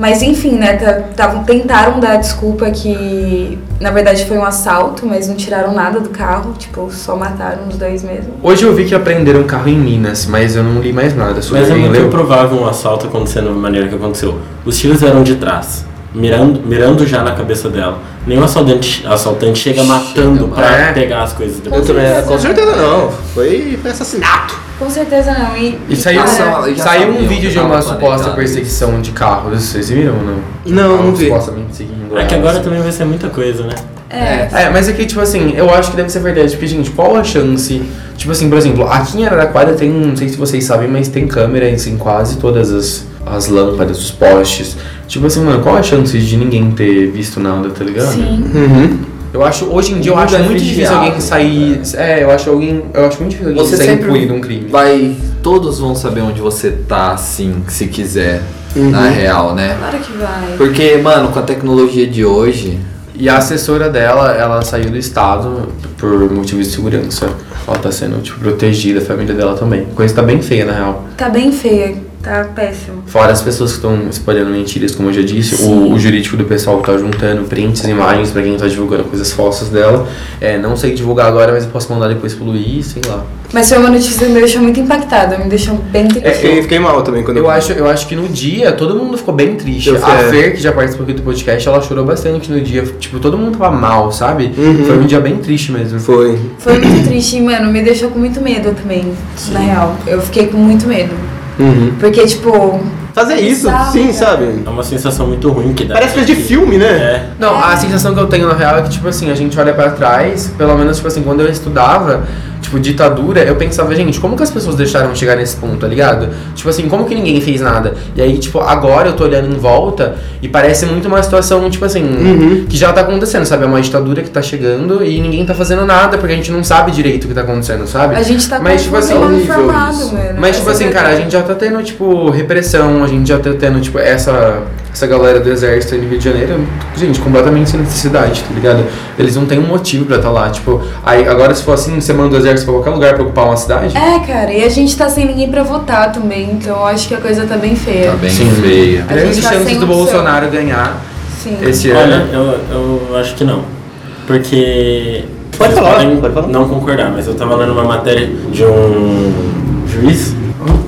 Mas enfim, né? tá- tavam- tentaram dar a desculpa que na verdade foi um assalto, mas não tiraram nada do carro, tipo, só mataram os dois mesmo. Hoje eu vi que aprenderam um carro em Minas, mas eu não li mais nada sobre Mas é ele, muito leu? improvável um assalto acontecendo da maneira que aconteceu. Os tiros eram de trás, mirando, mirando já na cabeça dela. Nenhum assaltante, assaltante chega matando pra é. pegar as coisas Eu depois. também, com certeza não. Foi, foi assassinato. Com certeza não. E, E saiu, cara, só- saiu já um sabiam vídeo que de uma tava suposta planejado perseguição de carros, vocês viram ou não? Não, não Estavam vi. Supostamente seguindo É que elas. agora também vai ser muita coisa, né? É. É, mas é que, tipo assim, eu acho que deve ser verdade, porque, gente, qual a chance? Tipo assim, por exemplo, aqui em Araraquara tem, não sei se vocês sabem, mas tem câmeras em quase todas as, as lâmpadas, os postes. Tipo assim, mano, qual a chance de ninguém ter visto nada, tá ligado? Sim. Uhum. Eu acho, hoje em dia, eu Tudo acho é muito difícil vigiado, alguém sair. É, eu acho alguém. Eu acho muito difícil alguém Você sair sempre impune de um crime. Vai. Todos vão saber onde você tá, assim, se quiser. Uhum. Na real, né? Claro que vai. Porque, mano, com a tecnologia de hoje, E a assessora dela, ela saiu do estado por motivos de segurança. Ela tá sendo, tipo, protegida, a família dela também. Coisa tá bem feia, na real. Tá bem feia, tá péssimo. Fora as pessoas que estão espalhando mentiras, como eu já disse, o, Sim. o jurídico do pessoal tá juntando prints, imagens pra quem tá divulgando coisas falsas dela. É, não sei divulgar agora, mas eu posso mandar depois pro Luiz, sei lá. Mas foi uma notícia que me deixou muito impactada, me deixou bem triste. É, Eu Fiquei, fiquei mal também quando Eu acho, eu acho que no dia todo mundo ficou bem triste. Eu a sei. Fer, que já participou aqui do podcast, ela chorou bastante no dia. Tipo, todo mundo tava mal, sabe? Uhum. Foi um dia bem triste mesmo. Foi. Foi muito triste e, mano, me deixou com muito medo também, na real. Eu fiquei com muito medo. Uhum. Porque, tipo, fazer isso, bizarro, sim, cara. sabe? É uma sensação muito ruim que dá. Parece coisa de filme, né? É. Não, É. a sensação que eu tenho na real é que, tipo assim, a gente olha pra trás, pelo menos, tipo assim, quando eu estudava, tipo, ditadura, eu pensava, gente, como que as pessoas deixaram de chegar nesse ponto, tá ligado? Tipo assim, como que ninguém fez nada? E aí, tipo, agora eu tô olhando em volta e parece muito uma situação, tipo assim, Uhum. que já tá acontecendo, sabe? É uma ditadura que tá chegando e ninguém tá fazendo nada porque a gente não sabe direito o que tá acontecendo, sabe? A gente tá Mas, tipo assim, mal horrível informado, isso. mano. Mas, tipo Essa assim, é cara, a verdade. gente já tá tendo, tipo, repressão, a gente já tá tendo, tipo, essa, essa galera do exército aí no Rio de Janeiro, gente, completamente sem necessidade, tá ligado? Eles não têm um motivo pra tá lá, tipo, aí agora se for assim, você manda o exército pra qualquer lugar pra ocupar uma cidade? É, cara, e a gente tá sem ninguém pra votar também, então eu acho que a coisa tá bem feia. Tá bem Sim. feia. A Grandes gente tá chances sem do opção. Bolsonaro ganhar Sim. esse Olha, ano. eu, eu acho que não. Porque. Pode vocês falar, podem pode falar. Não concordar, mas eu tava lendo uma matéria de um juiz.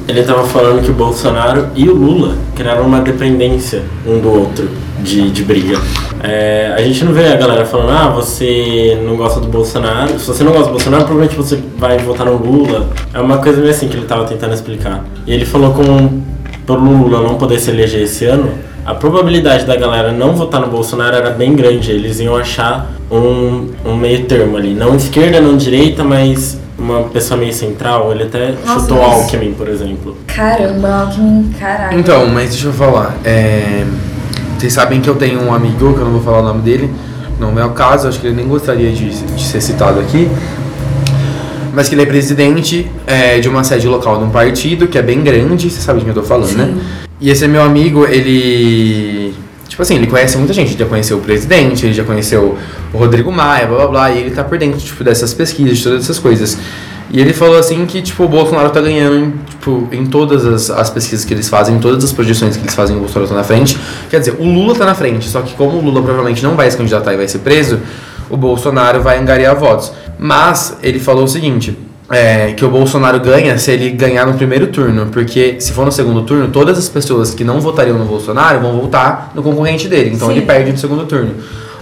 Ele tava falando que o Bolsonaro e o Lula criaram uma dependência um do outro de, de briga. É, a gente não vê a galera falando, ah, você não gosta do Bolsonaro. Se você não gosta do Bolsonaro, provavelmente você vai votar no Lula. É uma coisa meio assim que ele tava tentando explicar. E ele falou com pelo Lula não poder se eleger esse ano, a probabilidade da galera não votar no Bolsonaro era bem grande. Eles iam achar um, um meio termo ali. Não esquerda, não direita, mas uma pessoa meio central. Ele até Nossa, chutou mas- Alckmin, por exemplo. Caramba, Alckmin, caraca. Então, mas deixa eu falar, é, vocês sabem que eu tenho um amigo, que eu não vou falar o nome dele, não é o caso, acho que ele nem gostaria de- de ser citado aqui, mas que ele é presidente é, de uma sede local de um partido que é bem grande, você sabe de quem eu tô falando, né? E esse meu amigo, ele. Tipo assim, ele conhece muita gente, ele já conheceu o presidente, ele já conheceu o Rodrigo Maia, blá blá blá, e ele tá por dentro, tipo, dessas pesquisas, de todas essas coisas. E ele falou assim que, tipo, o Bolsonaro tá ganhando, em, tipo, em todas as, as pesquisas que eles fazem, em todas as projeções que eles fazem, o Bolsonaro tá na frente. Quer dizer, o Lula tá na frente, só que como o Lula provavelmente não vai se candidatar e vai ser preso, o Bolsonaro vai angariar votos. Mas ele falou o seguinte: é, que o Bolsonaro ganha se ele ganhar no primeiro turno, porque se for no segundo turno, todas as pessoas que não votariam no Bolsonaro vão votar no concorrente dele, então Sim. ele perde no segundo turno.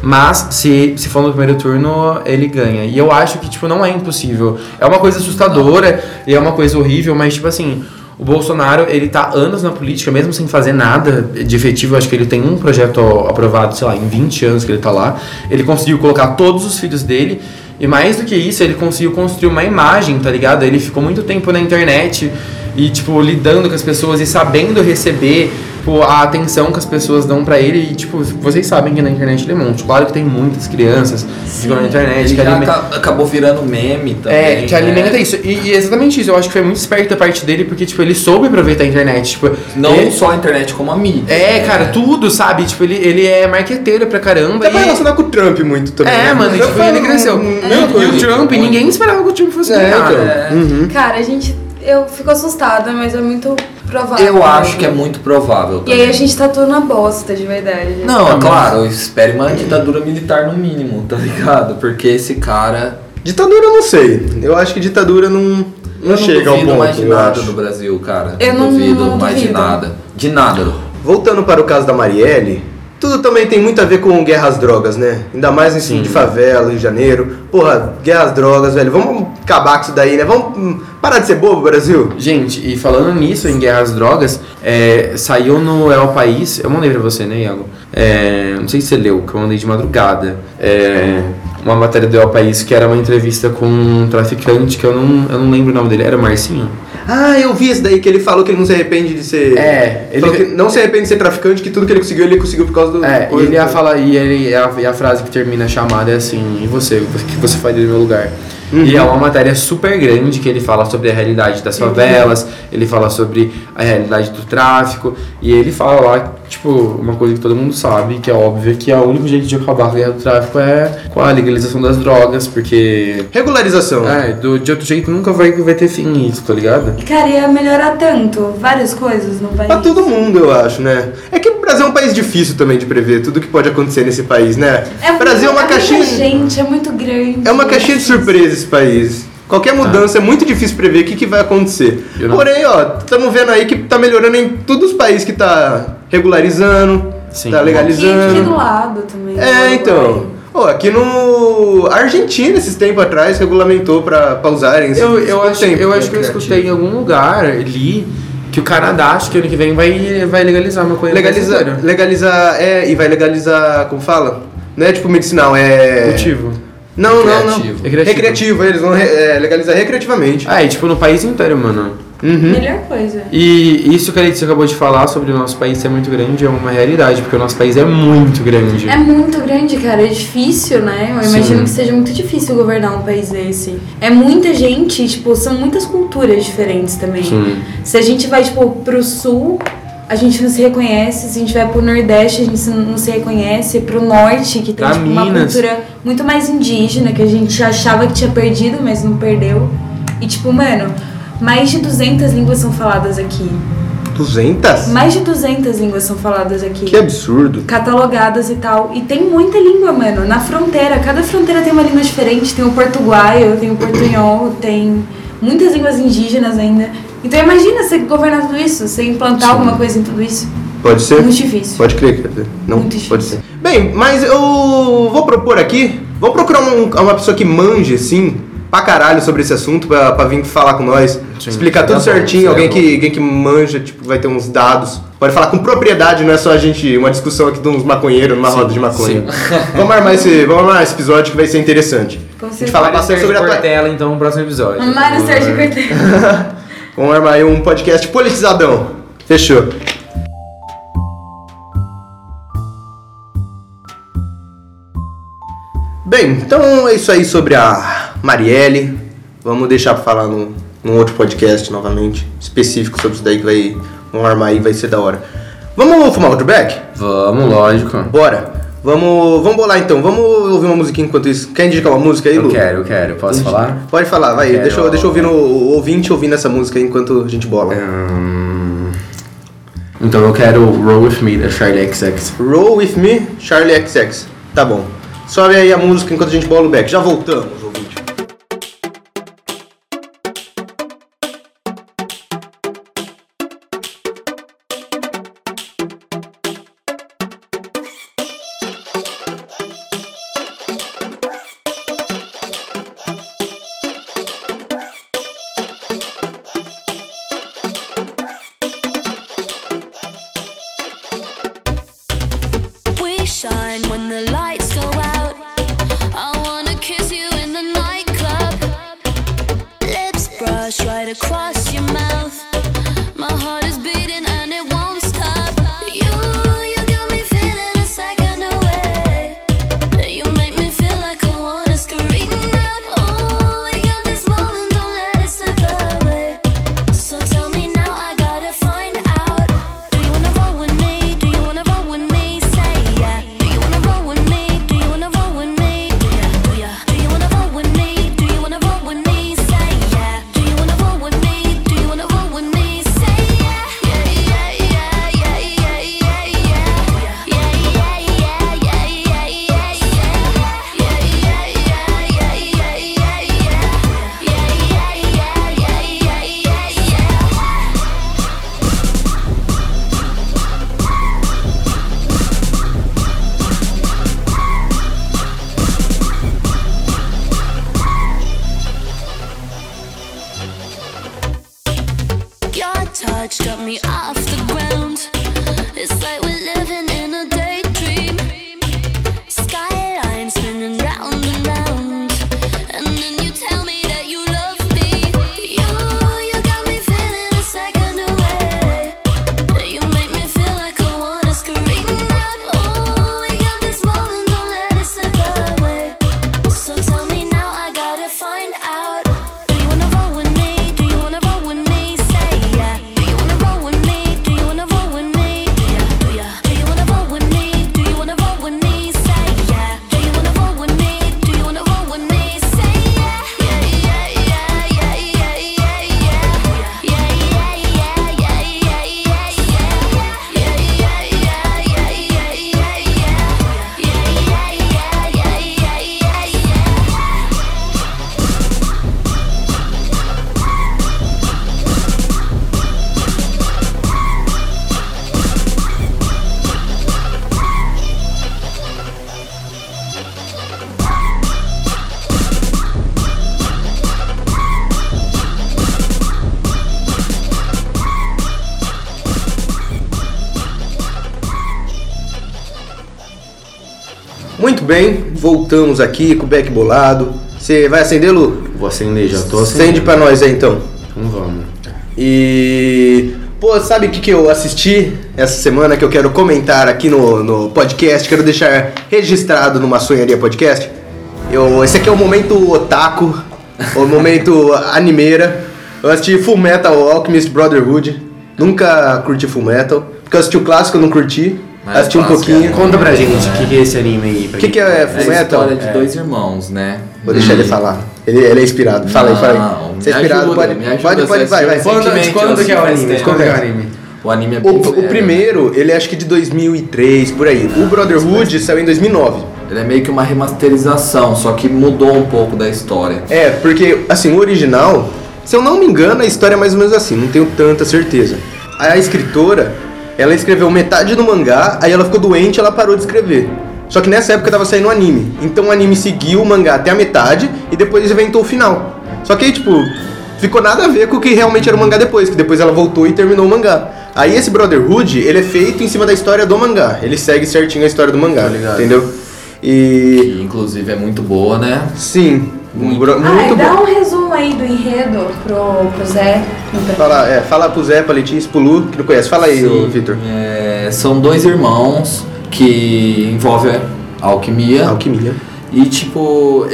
Mas se, se for no primeiro turno, ele ganha. E eu acho que, tipo, não é impossível. É uma coisa assustadora e é uma coisa horrível, mas, tipo assim, o Bolsonaro, ele tá anos na política, mesmo sem fazer nada de efetivo. Acho que ele tem um projeto aprovado, sei lá, em 20 anos que ele tá lá. Ele conseguiu colocar todos os filhos dele. E mais do que isso, ele conseguiu construir uma imagem, tá ligado? Ele ficou muito tempo na internet e, tipo, lidando com as pessoas e sabendo receber tipo, a atenção que as pessoas dão pra ele. E, tipo, vocês sabem que na internet ele é um monte. Claro que tem muitas crianças que ficam na internet, Ele que já tá alimentam. ca- acabou virando meme também. né? É, né? que alimenta isso. E, e exatamente isso. Eu acho que foi muito esperto da parte dele, porque, tipo, ele soube aproveitar a internet. Tipo, Não ele- só a internet, como a mídia. É, cara, tudo, sabe? Tipo, ele, ele é marqueteiro pra caramba. Até pra e- relacionar com o Trump muito também. É, né? mano, e, Eu tipo, falo, ele cresceu. hum, E o- e o Trump, muito. ninguém esperava que o Trump fosse É, ganhar. então. É. Uhum. É. Cara, a gente. Eu fico assustada, mas é muito provável. Eu acho que é muito provável. E aí a também. gente tá tudo na bosta, de verdade. Não, Tá, é claro, eu espere uma ditadura militar no mínimo, tá ligado? Porque esse cara. Ditadura eu não sei. Eu acho que ditadura não, não eu chega não ao duvido ponto. mais de eu nada acho. do Brasil, cara. Eu não- duvido não mais de duvido. nada. De nada. Voltando para o caso da Marielle, tudo também tem muito a ver com guerra às drogas, né? Ainda mais em cima de favela, Rio de Janeiro. Porra, guerra às drogas, velho. Vamos acabar com isso daí, né? Vamos hum, parar de ser bobo, Brasil. Gente, e falando nisso, em guerra às drogas, é, saiu no El País, eu mandei pra você, né, Iago? É, não sei se você leu, que eu mandei de madrugada. É, uma matéria do El País que era uma entrevista com um traficante que eu não, eu não lembro o nome dele, era Marcinho? Ah, eu vi isso daí que ele falou que ele não se arrepende de ser. É, ele- Falou que não se arrepende de ser traficante, que tudo que ele conseguiu, ele conseguiu por causa do. É, e coisa. né? ele ia falar, e, ele, e, a, e a frase que termina a chamada é assim, e você, o que você faria no meu lugar? E é uma matéria super grande que ele fala sobre a realidade das favelas, ele fala sobre a realidade do tráfico, e ele fala lá, tipo, uma coisa que todo mundo sabe, que é óbvia, que é o único jeito de acabar com a guerra do tráfico é com a legalização das drogas, porque. Regularização. É, do, de outro jeito nunca vai, vai ter fim isso, tá ligado? E, Cara, ia melhorar tanto. Várias coisas no país. Pra Tá todo mundo, eu acho, né? É que o Brasil é um país difícil também de prever tudo que pode acontecer nesse país, né? É O Brasil é uma muita caixinha. gente, é muito grande. É uma caixinha de surpresa esse país. Qualquer mudança é muito difícil prever o que, que vai acontecer. Ah. Eu não- Porém, ó, estamos vendo aí que tá melhorando em todos os países que tá regularizando, Sim. tá E aqui do legalizando. lado também. É, então. Ó, aqui no. A Argentina, esses tempos atrás, regulamentou pra pausarem. Eu, eu acho, eu acho que eu criativo. escutei em algum lugar, li, que Que o Canadá, acho que ano que vem, vai, vai legalizar uma coisa Legalizar, brasileira. legalizar, é, e vai legalizar, como fala? Não é tipo medicinal, é... Cultivo. Não, não, não. Recreativo. Recreativo. eles vão re- é, legalizar recreativamente. Ah, é tipo no país inteiro, mano. Uhum. Melhor coisa. E isso que a Letícia acabou de falar sobre o nosso país ser muito grande é uma realidade, porque o nosso país é muito grande. É muito grande, cara. É difícil, né? Eu Sim. imagino que seja muito difícil governar um país desse. É muita gente, tipo, são muitas culturas diferentes também. Sim. Se a gente vai, tipo, pro sul, a gente não se reconhece. Se a gente vai pro nordeste, a gente se- não se reconhece. Pro norte, que tem Pra tipo, uma Minas. cultura muito mais indígena, que a gente achava que tinha perdido, mas não perdeu. E, tipo, mano, mais de 200 línguas são faladas aqui. 200? Mais de 200 línguas são faladas aqui Que absurdo. catalogadas e tal. E tem muita língua, mano. Na fronteira, cada fronteira tem uma língua diferente. Tem o portuguaio, tem o portunhol, tem muitas línguas indígenas ainda. Então imagina você governar tudo isso, você implantar alguma coisa em tudo isso. Pode ser? Muito difícil. Pode crer, quer dizer. Não, Muito difícil. pode ser. Bem, mas eu vou propor aqui, vou procurar um- uma pessoa que manje, assim, pra caralho sobre esse assunto, pra, pra vir falar com nós, Sim. explicar tudo Tá bom, certinho, tá alguém bom. que, alguém que manja, tipo, vai ter uns dados. Pode falar com propriedade, não é só a gente, uma discussão aqui de uns maconheiros numa roda de maconha. Vamos armar, esse, vamos armar esse episódio que vai ser interessante. Como A se gente fala Mário bastante sobre Sérgio a tua... Cortella, então, no próximo episódio. Mário Sérgio Cortez. Vamos armar aí um podcast politizadão. Fechou. Bem, então é isso aí sobre a Marielle. Vamos deixar pra falar num, num outro podcast novamente, específico sobre isso daí que vai. Vamos armar aí, vai ser da hora. Vamos fumar outro back? Vamos, lógico. Bora! Vamos, vamos bolar então, vamos ouvir uma musiquinha enquanto isso. Quer indicar uma música aí, Eu Lu? quero, eu quero. Posso falar? Pode falar, vai. Quero- Deixa, eu- deixa eu ouvir no, o ouvinte ouvindo essa música aí enquanto a gente bola. É, Hum, Então eu quero Roll With Me, da Charlie XX. Roll With Me, Charlie XX. Tá bom. Sobe aí a música enquanto a gente bola o back. Já voltamos, ouvinte. We shine when the lights go out. I wanna kiss you in the nightclub. Lips brush right across your mouth. My heart is beating and it won't stop. You, you got me feeling a second away. You make me feel like I wanna scream out. Oh, we got this moment, don't let it slip away. So tell me now, I gotta find out. Do you wanna roll with me? Do you wanna roll with me? Say yeah. Do you wanna roll with me? Do you wanna roll with me? Do ya? Do ya? Do you wanna roll with me? Do you wanna roll with me? Say yeah. Do you wanna roll with me? Do you wanna roll with me? Say yeah. Yeah yeah yeah yeah yeah yeah yeah. Yeah yeah yeah yeah yeah yeah yeah. Yeah yeah yeah yeah yeah yeah yeah. Yeah yeah yeah yeah yeah yeah yeah. Your touch got me off the ground. It's like we're living in a daydream. Skyline spinning round and round. And then you tell me that you love me. You, you got me feeling a second away. You make me feel like I wanna scream out. Oh, we got this moment, don't let it slip away. So tell me now, I gotta find out. Do you wanna roll with me? Do you wanna roll with me? Say yeah. Do you wanna roll with me? bem, voltamos aqui com o beck bolado. Você vai acender, Lu? Vou acender, já tô Acende acendendo. pra nós aí então. Então vamos. E. Pô, sabe o que, que eu assisti essa semana que eu quero comentar aqui no, no podcast? Quero deixar registrado numa sonharia podcast. Eu, esse aqui é o momento otaku, o momento animeira. Eu assisti Full Metal Alchemist Brotherhood. Nunca curti Full Metal. Porque eu assisti o clássico, eu não curti. Mas assisti um o clássico é pouquinho. bom. Conta pra gente, o que, que é esse anime aí? O que, que é Full É a Metal? história de dois irmãos, né? Vou deixar E- ele falar. Ele, ele é inspirado. Fala aí, fala Não, aí. me Você é inspirado, ajuda, pode. me ajuda, pode, você é pode, vai, vai. assistiu Quando, de Recentemente, quando que é o assim, anime? faz De quando que é o tempo. anime? O anime é O, bem o velho, primeiro, ele é, acho que de 2003, por aí. O Brotherhood saiu em 2009. né? Ele é meio que uma remasterização, só que mudou um pouco da história. É, porque, assim, o original, se eu não me engano, a história é mais ou menos assim, não tenho tanta certeza. A escritora, ela escreveu metade do mangá, aí ela ficou doente ela parou de escrever. Só que nessa época tava saindo o anime. Então o anime seguiu o mangá até a metade e depois inventou o final. Só que aí, tipo, ficou nada a ver com o que realmente era o mangá depois, que depois ela voltou e terminou o mangá. Aí esse Brotherhood, ele é feito em cima da história do mangá. Ele segue certinho a história do mangá, ligado. entendeu? E. Que inclusive é muito boa, né? Sim, um bro- Ah, muito e bom. dá um resumo aí do enredo pro, pro Zé. Fala, é, fala pro Zé, pra Letícia, pro Lu, que não conhece. Fala aí, ô, Sim, Vitor. é, são dois irmãos que envolvem alquimia. É Alquimia. E tipo,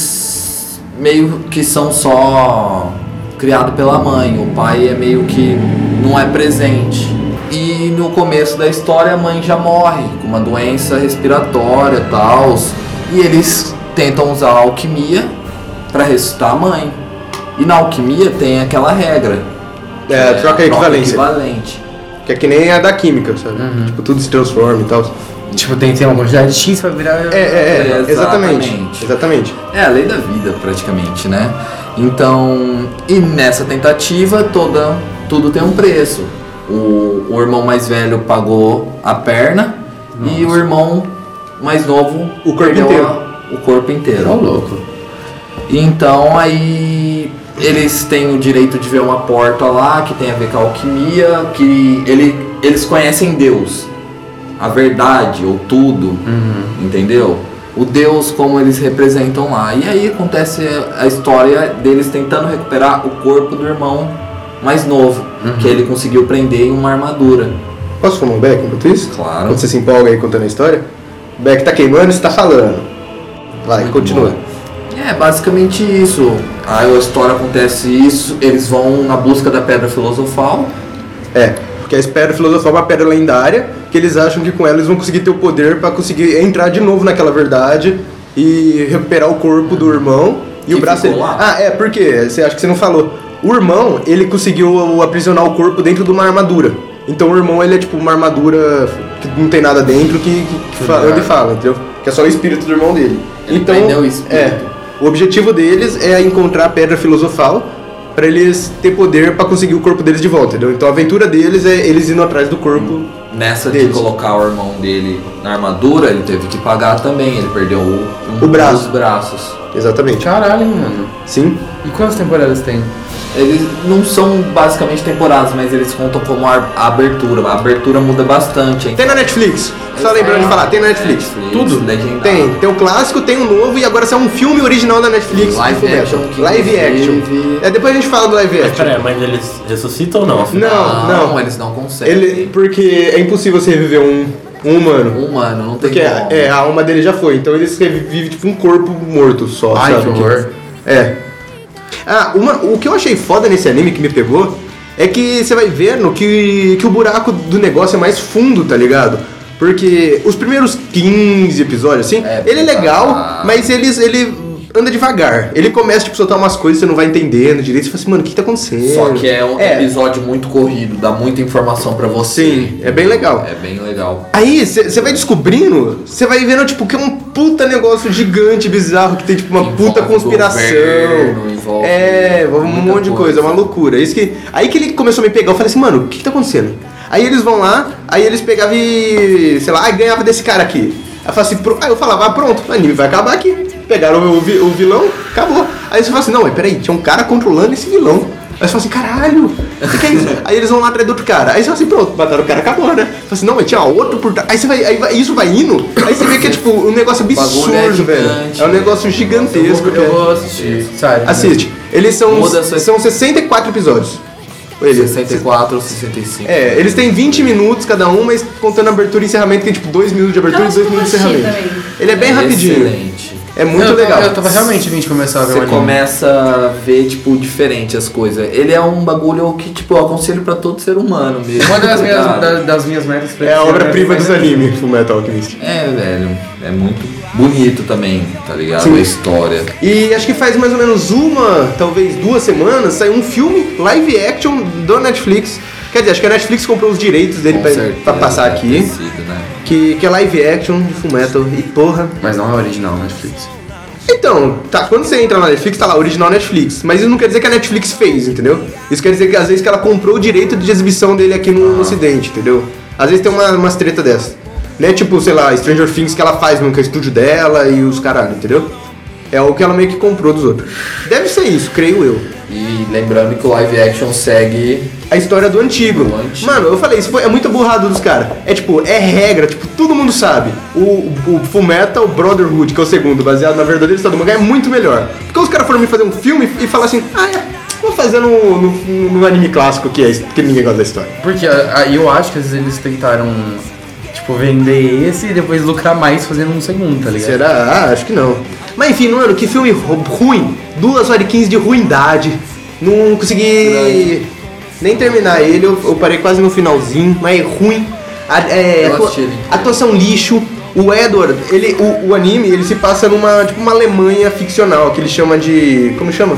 eles meio que são só criado pela mãe. O pai é meio que não é presente. E no começo da história a mãe já morre com uma doença respiratória e tal. E eles tentam usar a alquimia para ressuscitar a mãe. E na alquimia tem aquela regra. É, troca equivalência. equivalente. Que é que nem a da química, sabe? Uhum. Tipo, tudo se transforma e tal. Tipo, tem que ter uma quantidade X pra virar. É, é, é, É, exatamente. exatamente. Exatamente. É a lei da vida, praticamente, né? Então, e nessa tentativa, toda, tudo tem um preço. O, o irmão mais velho pagou a perna e o irmão mais novo O corpo perdeu inteiro. a- o corpo inteiro. Ô, um louco. Então aí eles têm o direito de ver uma porta lá que tem a ver com a alquimia, que ele, eles conhecem Deus, a verdade ou tudo, entendeu? O Deus como eles representam lá. E aí acontece a história deles tentando recuperar o corpo do irmão mais novo, que ele conseguiu prender em uma armadura. Posso fumar um beck enquanto isso? Claro. Quando você se empolga aí contando a história. O beck tá queimando, você tá falando. Vai, Muito continua. bom. É, basicamente isso. Aí a história acontece isso, eles vão na busca da pedra filosofal, É, porque a Espera Filosofal é uma pedra lendária que eles acham que com ela eles vão conseguir ter o poder pra conseguir entrar de novo naquela verdade e recuperar o corpo do irmão e Que o braço ficou dele. lá. Ah, é, porque você acha que você não falou. O irmão, ele conseguiu aprisionar o corpo dentro de uma armadura. Então o irmão, ele é tipo uma armadura que não tem nada dentro que, que, que fa- anda e fala, entendeu? Que é só o espírito do irmão dele. Ele então, prendeu o espírito. É, o objetivo deles é encontrar a pedra filosofal pra eles ter poder pra conseguir o corpo deles de volta, entendeu? Então a aventura deles é eles indo atrás do corpo. Nessa Deles. de colocar o irmão dele na armadura, ele teve que pagar também. Ele perdeu o, um O braço. dos braços. Exatamente. Caralho, hein, mano. Sim. E quantas temporadas tem? Eles não são basicamente temporadas, mas eles contam como a, a abertura. A abertura muda bastante. hein? Tem na Netflix. Só lembrando de falar, tem na Netflix. Tudo? Legendário. Tem, tem o clássico, tem o novo e agora saiu um filme original da Netflix. Live que começa. action, que Live inclusive- action. É, depois a gente fala do live Mas action. peraí, mas eles ressuscitam ou não? afinal? Não, não. eles não conseguem. Ele, porque é impossível você reviver um, um humano. Humano, não tem Porque como. é, a alma dele já foi, então eles revivem tipo um corpo morto só. Ai, sabe? que horror. É. Ah, uma, o que eu achei foda nesse anime que me pegou é que você vai vendo que, que o buraco do negócio é mais fundo, tá ligado? Porque os primeiros 15 episódios, assim, É, ele é legal, tá. mas eles, ele anda devagar. Ele começa, tipo, a soltar umas coisas que você não vai entendendo direito. Você fala assim, mano, o que que tá acontecendo? Só que é um episódio muito corrido, dá muita informação pra você. Sim, é bem legal. É bem legal. Aí você vai descobrindo, você vai vendo, tipo, que é um puta negócio gigante, bizarro, que tem, tipo, uma Envolve puta conspiração. governo, envolve é, envolve um muita monte de coisa, é uma coisa. loucura. Isso que, aí que ele começou a me pegar, eu falei assim, mano, o que, que tá acontecendo? Aí eles vão lá, aí eles pegavam e, sei lá, aí ganhava desse cara aqui. Aí eu, falava assim, pro- aí eu falava, ah, pronto, o anime vai acabar aqui. Pegaram o, vi- o vilão, acabou. Aí você fala assim, não, mas peraí, tinha um cara controlando esse vilão. Aí você fala assim, caralho, o que, que é isso? aí eles vão lá atrás do outro cara. Aí você fala assim, pronto, mataram o cara, acabou, né? Fala assim, não, mas tinha outro por trás. Aí você vai, aí vai- isso vai indo, aí você vê que é tipo um negócio absurdo, bagulho é gigante, velho. É um negócio Eu gigantesco. é- vou, velho. eu vou assistir. sabe? né? Assiste. Eles são, É Muda essa- são 64 episódios. Eles, 64 ou 65. É, eles têm 20 minutos cada um, mas contando abertura e encerramento, tem tipo 2 minutos de abertura e Então Nossa, 2 eu minutos de assisti encerramento. também. Ele é bem rapidinho. Excelente. É muito eu, tava- legal. Eu tava realmente vindo de Tá começar a ver o Você anime. começa a ver, tipo, diferente as coisas. Ele é um bagulho que, tipo, eu aconselho pra todo ser humano mesmo. tá Uma das minhas, Cara, da- das minhas metas pra É a esse ano obra-prima fazer dos animes, Full Metal Alchemist. É, velho. É muito bonito também, tá ligado? Sim. A história. E acho que faz mais ou menos uma, talvez duas semanas, saiu um filme live action do Netflix. Quer dizer, acho que a Netflix comprou os direitos dele Com pra, certeza pra passar deve aqui. ter sido, né? Que, que é live action de Full Metal. E porra. Mas não é original Netflix. Então, tá, quando você entra na Netflix, tá lá, original Netflix. Mas isso não quer dizer que a Netflix fez, entendeu? Isso quer dizer que às vezes que ela comprou o direito de exibição dele aqui no, ocidente, entendeu? Às vezes tem uma, umas treta dessa. Não é tipo, sei lá, Stranger Things que ela faz mesmo, que é o estúdio dela e os caralho, entendeu? É o que ela meio que comprou dos outros. Deve ser isso, creio eu. E lembrando que o live action segue. A história do antigo. Do antigo. Mano, eu falei, isso foi, é muito burrado dos caras. É tipo, é regra, tipo, todo mundo sabe. O, o Full Metal Brotherhood, que é o segundo, baseado na verdadeira história do mangá, é muito melhor. Porque os caras foram me fazer um filme e falaram assim, ah, é, vamos fazer no, no, no anime clássico que, é, que ninguém gosta da história. Porque a- a- eu acho que às vezes eles tentaram, tipo, vender esse e depois lucrar mais fazendo um segundo, tá ligado? Será? Ah, acho que não. Mas enfim, mano, que filme ru- ruim. Duas horas e 15 de ruindade. Não consegui nem terminar ele, eu, eu parei quase no finalzinho, mas é ruim. A, é, Eu atua- assisti ele inteiro. atuação é um lixo. O Edward, ele, o, o anime, ele se passa numa tipo uma Alemanha ficcional, que ele chama de. Como chama?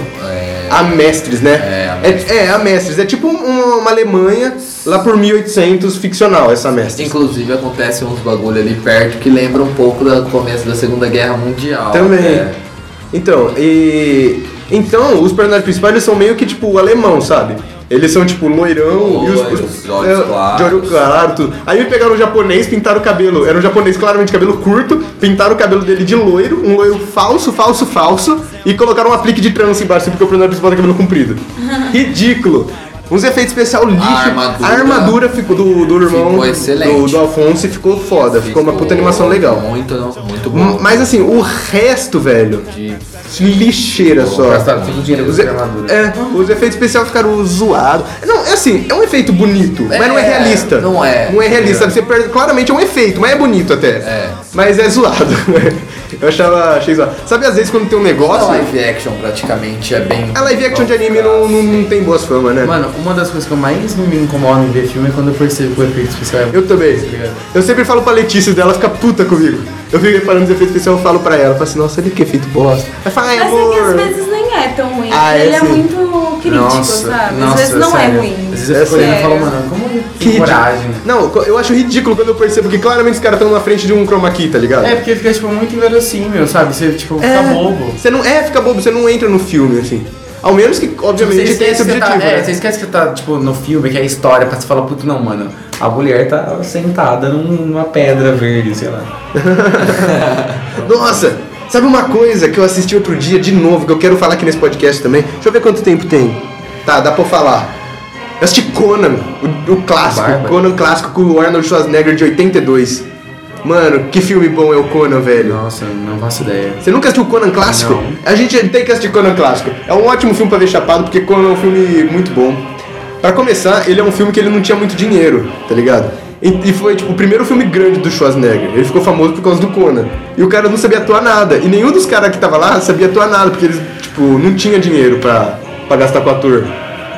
A Mestres, né? É, a É, é, a Mestres. É tipo uma, uma Alemanha lá por 1800 ficcional, essa Mestres. Inclusive acontece uns bagulho ali perto que lembra um pouco do começo da Segunda Guerra Mundial. Também. né? Então, e. Então, os personagens principais eles são meio que tipo alemão, sabe? Eles são tipo loirão e os. Loiros, os é, olhos claros. de olho claro, tudo. Aí me pegaram um japonês, pintaram o cabelo. Era um japonês claramente de cabelo curto, pintaram o cabelo dele de loiro, um loiro falso, falso, falso, e colocaram um aplique de trança embaixo, porque o personagem principal tem cabelo comprido. Ridículo! Uns efeitos especial lixo. armadura. a armadura ficou do, do irmão Ficou excelente. Do, do Alfonso e ficou foda. Ficou uma puta animação legal. Muito, muito bom. Mas assim, o resto, velho, lixeira só. Gastaram todo o dinheiro Os, com e- armadura. é, os efeitos especiais ficaram zoados. Não, é assim, é um efeito bonito, mas não é É, realista. não é. Não é realista. Você perde, claramente é um efeito, mas é bonito até. É. Mas é zoado. Eu achava, achei zoado. Sabe, às vezes quando tem um negócio. A live action praticamente é bem. A live action de anime não, não, não tem boas fama, né? Mano, uma das coisas que eu mais me incomodo em ver filme é quando eu percebo que o efeito especial é Eu também. Tá ligado? Eu sempre falo pra Letícia dela, ela fica puta comigo. Eu fico reparando os efeitos especiais, eu falo pra ela, eu falo assim, nossa, ele que efeito bosta. Ela fala, ai, Mas é que amor. às vezes nem é tão ruim. Ah, é ele é, sim. muito crítico, sabe? às vezes não sério. é ruim. Às vezes eu fico olhando e falo, mano, como ele tem coragem? ridículo. Não, co- eu acho ridículo quando eu percebo que claramente os caras estão na frente de um chroma key, tá ligado? É, porque fica, tipo, muito inverossímil, sabe? Você, tipo, fica bobo. Você não é, fica bobo, você não entra no filme, assim. Ao menos que, obviamente, tem esse que você objetivo. tá, é, né? você esquece que tá, tipo, no filme, que é a história, pra você falar, puto, não, mano, a mulher tá sentada num- numa pedra verde, sei lá. Nossa, sabe uma coisa que eu assisti outro dia de novo, que eu quero falar aqui nesse podcast também? Deixa eu ver quanto tempo tem. Tá, dá pra eu falar. Eu assisti Conan, o, o clássico, Bárbaro. Conan clássico com o Arnold Schwarzenegger de 82. Mano, que filme bom é o Conan, velho. Nossa, não faço ideia. Você nunca assistiu Conan clássico? Não. A gente tem que assistir Conan clássico. É um ótimo filme pra ver chapado, porque Conan é um filme muito bom. Pra começar, ele é um filme que ele não tinha muito dinheiro, tá ligado? E, e foi, tipo, o primeiro filme grande do Schwarzenegger. Ele ficou famoso por causa do Conan. E o cara não sabia atuar nada. E nenhum dos caras que tava lá sabia atuar nada, porque eles, tipo, não tinha dinheiro pra, pra gastar com ator.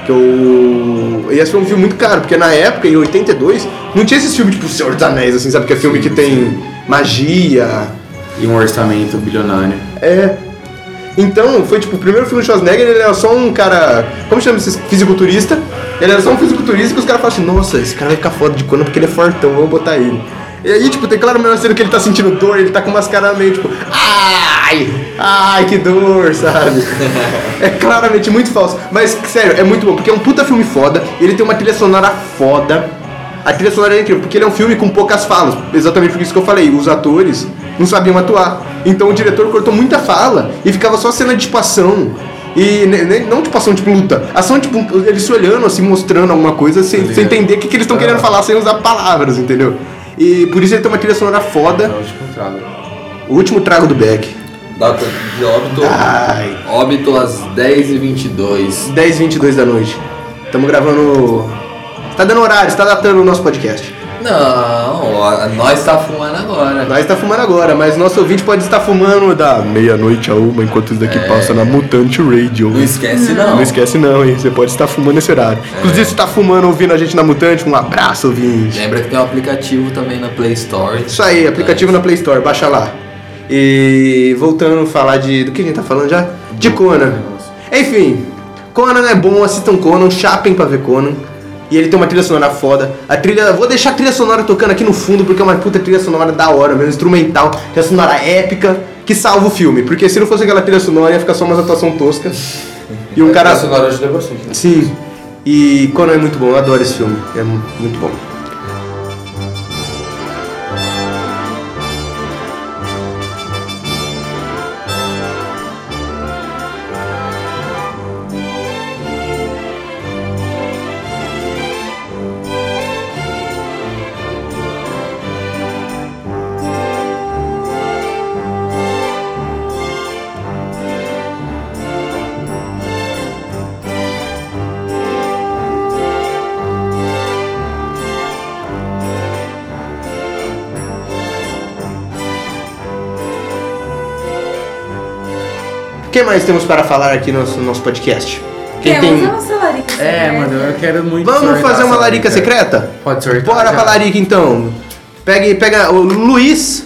Que eu... E esse foi um filme muito caro, porque na época, em 82, não tinha esses filmes, tipo, Senhor dos Anéis, assim, sabe? Que é filme que tem magia, E um orçamento bilionário. é. Então, foi tipo, o primeiro filme do Schwarzenegger, ele era só um cara. Como chama esse fisiculturista? Ele era só um fisiculturista que os caras falam assim, nossa, esse cara vai ficar foda de quando porque ele é fortão, vamos botar ele. E aí, tipo, tem claro mesmo cena que ele tá sentindo dor, ele tá com umas caras meio tipo, ai, ai, que dor, sabe? é claramente muito falso. Mas, sério, é muito bom, porque é um puta filme foda, ele tem uma trilha sonora foda. A trilha sonora é incrível, porque ele é um filme com poucas falas, exatamente por isso que eu falei, os atores não sabiam atuar. Então o diretor cortou muita fala e ficava só cena de tipo ação, E ne- ne- não tipo ação tipo luta, ação tipo eles se olhando, assim, mostrando alguma coisa, sem, sem entender o que, que eles estão querendo falar, sem usar palavras, entendeu? E por isso ele tem uma trilha sonora foda. Não, de contrário. O último trago do Beck. Data de óbito. Ai. Óbito às 10h22. 10 22 da noite. Estamos gravando. Tá dando horário, está datando o nosso podcast. Não, a- nós tá fumando agora. Nós está fumando agora, mas nosso ouvinte pode estar fumando da meia-noite a uma, enquanto isso daqui passa na Mutante Radio. É. Não esquece não. Não esquece não, hein? Você pode estar fumando esse horário. Inclusive, se está fumando ouvindo a gente na Mutante, um abraço, ouvinte. Lembra que tem um aplicativo também na Play Store. É. Isso aí, aplicativo na Play Store, baixa lá. E voltando a falar de. Do que a gente tá falando já? De Conan. Enfim, Conan é bom, assistam Conan, chapem pra ver Conan. E ele tem uma trilha sonora foda. A trilha. Vou deixar a trilha sonora tocando aqui no fundo, porque é uma puta trilha sonora da hora, mesmo instrumental, trilha sonora épica, que salva o filme. Porque se não fosse aquela trilha sonora, ia ficar só uma atuação tosca. E um cara. sonora ajuda bastante. Sim. E Conan é muito bom, eu adoro esse filme. É mu- muito bom. O que mais temos para falar aqui no nosso, nosso podcast? Quem Temos a nossa larica. É, secreta. mano, eu quero muito. Vamos sortar fazer uma essa larica secreta? Pode sortar. Bora já. pra larica então. Pega, pega o Luiz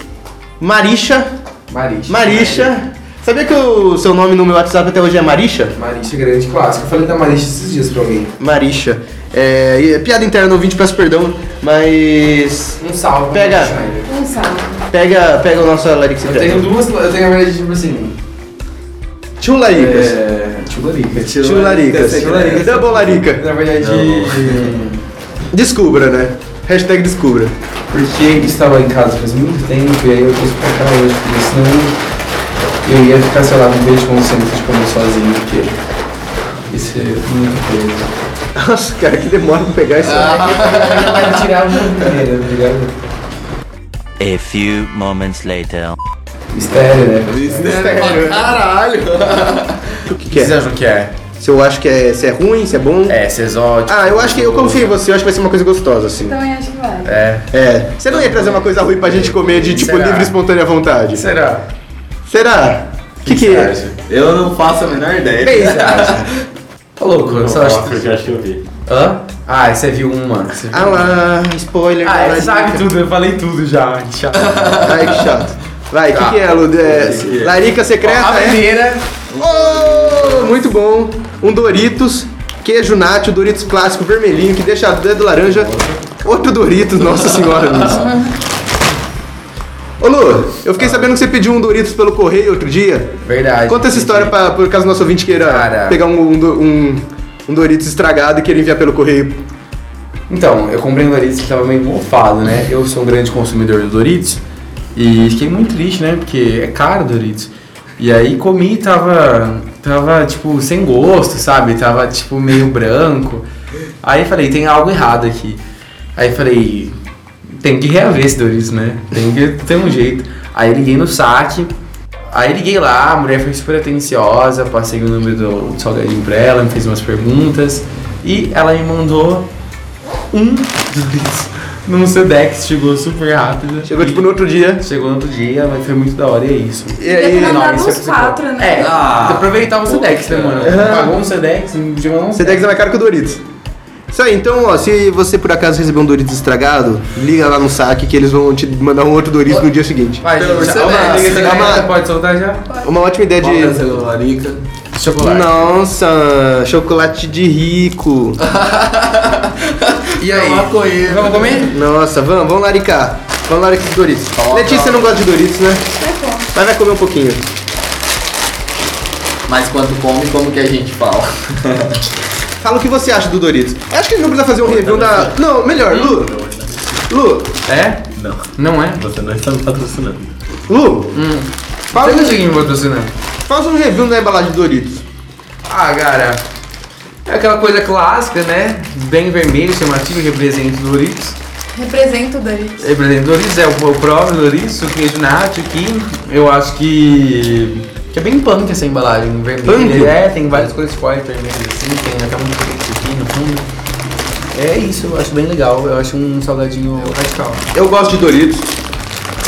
Marisha. Marisha. Marisha. Sabia que o seu nome no meu WhatsApp até hoje é Marisha? Marisha é grande clássico. Eu falei da Marisha esses dias pra alguém. Marisha. É, e- piada interna, ouvinte, peço perdão, mas. Um salve. Pega. Marisha Schneider. Um salve. Pega, pega o nosso larica Eu secreta. tenho duas. Eu tenho, na verdade, tipo assim. Tio Laricas. É. Tio Larica. Tio Laricas. Tio Larica. Double Larica. Na verdade. Descubra, né? Hashtag descubra. Porque eu estava em casa faz muito tempo e aí eu quis pra cá hoje, porque senão eu ia ficar, sei lá, com vez de consciência de comer sozinho, porque isso é muito peso. Nossa, cara, que demora pra pegar isso. Vai tirar muito dinheiro, obrigado. A few moments later. Mistério, né? Mistério. Caralho! O que, que é? acham que é? Se eu acho que é, se é ruim, se é bom. É, se exótico. Ah, eu acho que eu confio em você, eu acho que vai ser uma coisa gostosa, assim. Também acho que vai. É. É. Você não ia trazer uma coisa ruim pra gente comer de tipo Será? livre e espontânea vontade? Será? Será? O que, que é? Eu não faço a menor ideia. Tá louco, eu só acho Porque que... eu acho que eu vi. Hã? Ah, você viu uma. Você viu Ah lá, spoiler. uma. Ah, caralho. você sabe tudo, eu falei tudo já. Tchau. Ai, que chato. Vai, o Tá. que, que é, Ludo? É, larica secreta, A é? primeira... Oh, muito bom. Um Doritos, queijo nacho, Doritos clássico vermelhinho que deixa a dedo laranja. Outro Doritos, nossa senhora, Luiz. Ô Lu, eu fiquei sabendo que você pediu um Doritos pelo correio outro dia. Verdade. Conta essa história pra, por caso nosso ouvinte queira Cara. pegar um, um, do- um- um Doritos estragado e queira enviar pelo correio. Então, eu comprei um Doritos que tava meio mofado, né? Eu sou um grande consumidor do Doritos e fiquei muito triste, né? Porque é caro o Doritos. E aí comi e tava, tava, tipo, sem gosto, sabe? Tava, tipo, meio branco. Aí falei, tem algo errado aqui. Aí falei, tem que reaver esse Doritos, né? Tem que ter um jeito. Aí liguei no saque. Aí liguei lá, a mulher foi super atenciosa, passei o número do do salgadinho pra ela, me fez umas perguntas. E ela me mandou um Doritos num Sedex, chegou super rápido. Chegou E tipo no outro dia. Chegou no outro dia, mas foi muito da hora e é isso. E aí, Deve ter não, mandado isso é uns possível. quatro, né? É, Ah, aproveitava o Sedex, né, mano? Pagou um Sedex, não podia mandar um você deve mais caro que o Doritos. Isso aí, então, ó, se você por acaso receber um Doritos estragado, liga lá no saque que eles vão te mandar um outro Doritos no dia seguinte. Vai, Pelo gente, Sedex, uma, liga liga Sedex. uma, tá pode soltar já? Uma ótima ideia Qual que é a de. tipo, sua larica? Chocolate. Nossa, chocolate de rico. E É aí? Maconheiro. Vamos comer? Nossa, vamos, vamos laricar. Vamos laricar os Doritos. Letícia não gosta de Doritos, né? É Mas vai comer um pouquinho. Mas quando come, como que a gente fala? Fala o que você acha do Doritos. Eu acho que a gente não precisa fazer um review da. Não, melhor, Lu. Lu, É? Não, Não é? você não está me patrocinando. Lu, um fala, Fala Hum. que eu cheguei me patrocinar. um faz um review da embalagem do Doritos. Ah, cara. É aquela coisa clássica, né? Bem vermelho, chamativo, representa o Doritos. Representa o Doritos. Representa o Doritos, é o, o próprio Doritos, o queijo nacho aqui. Eu acho que. Que é bem punk essa embalagem vermelha. Punk? É, tem várias cores fortes vermelhas assim, tem até um preto aqui no fundo. É isso, eu acho bem legal. Eu acho um salgadinho radical. Eu gosto de Doritos.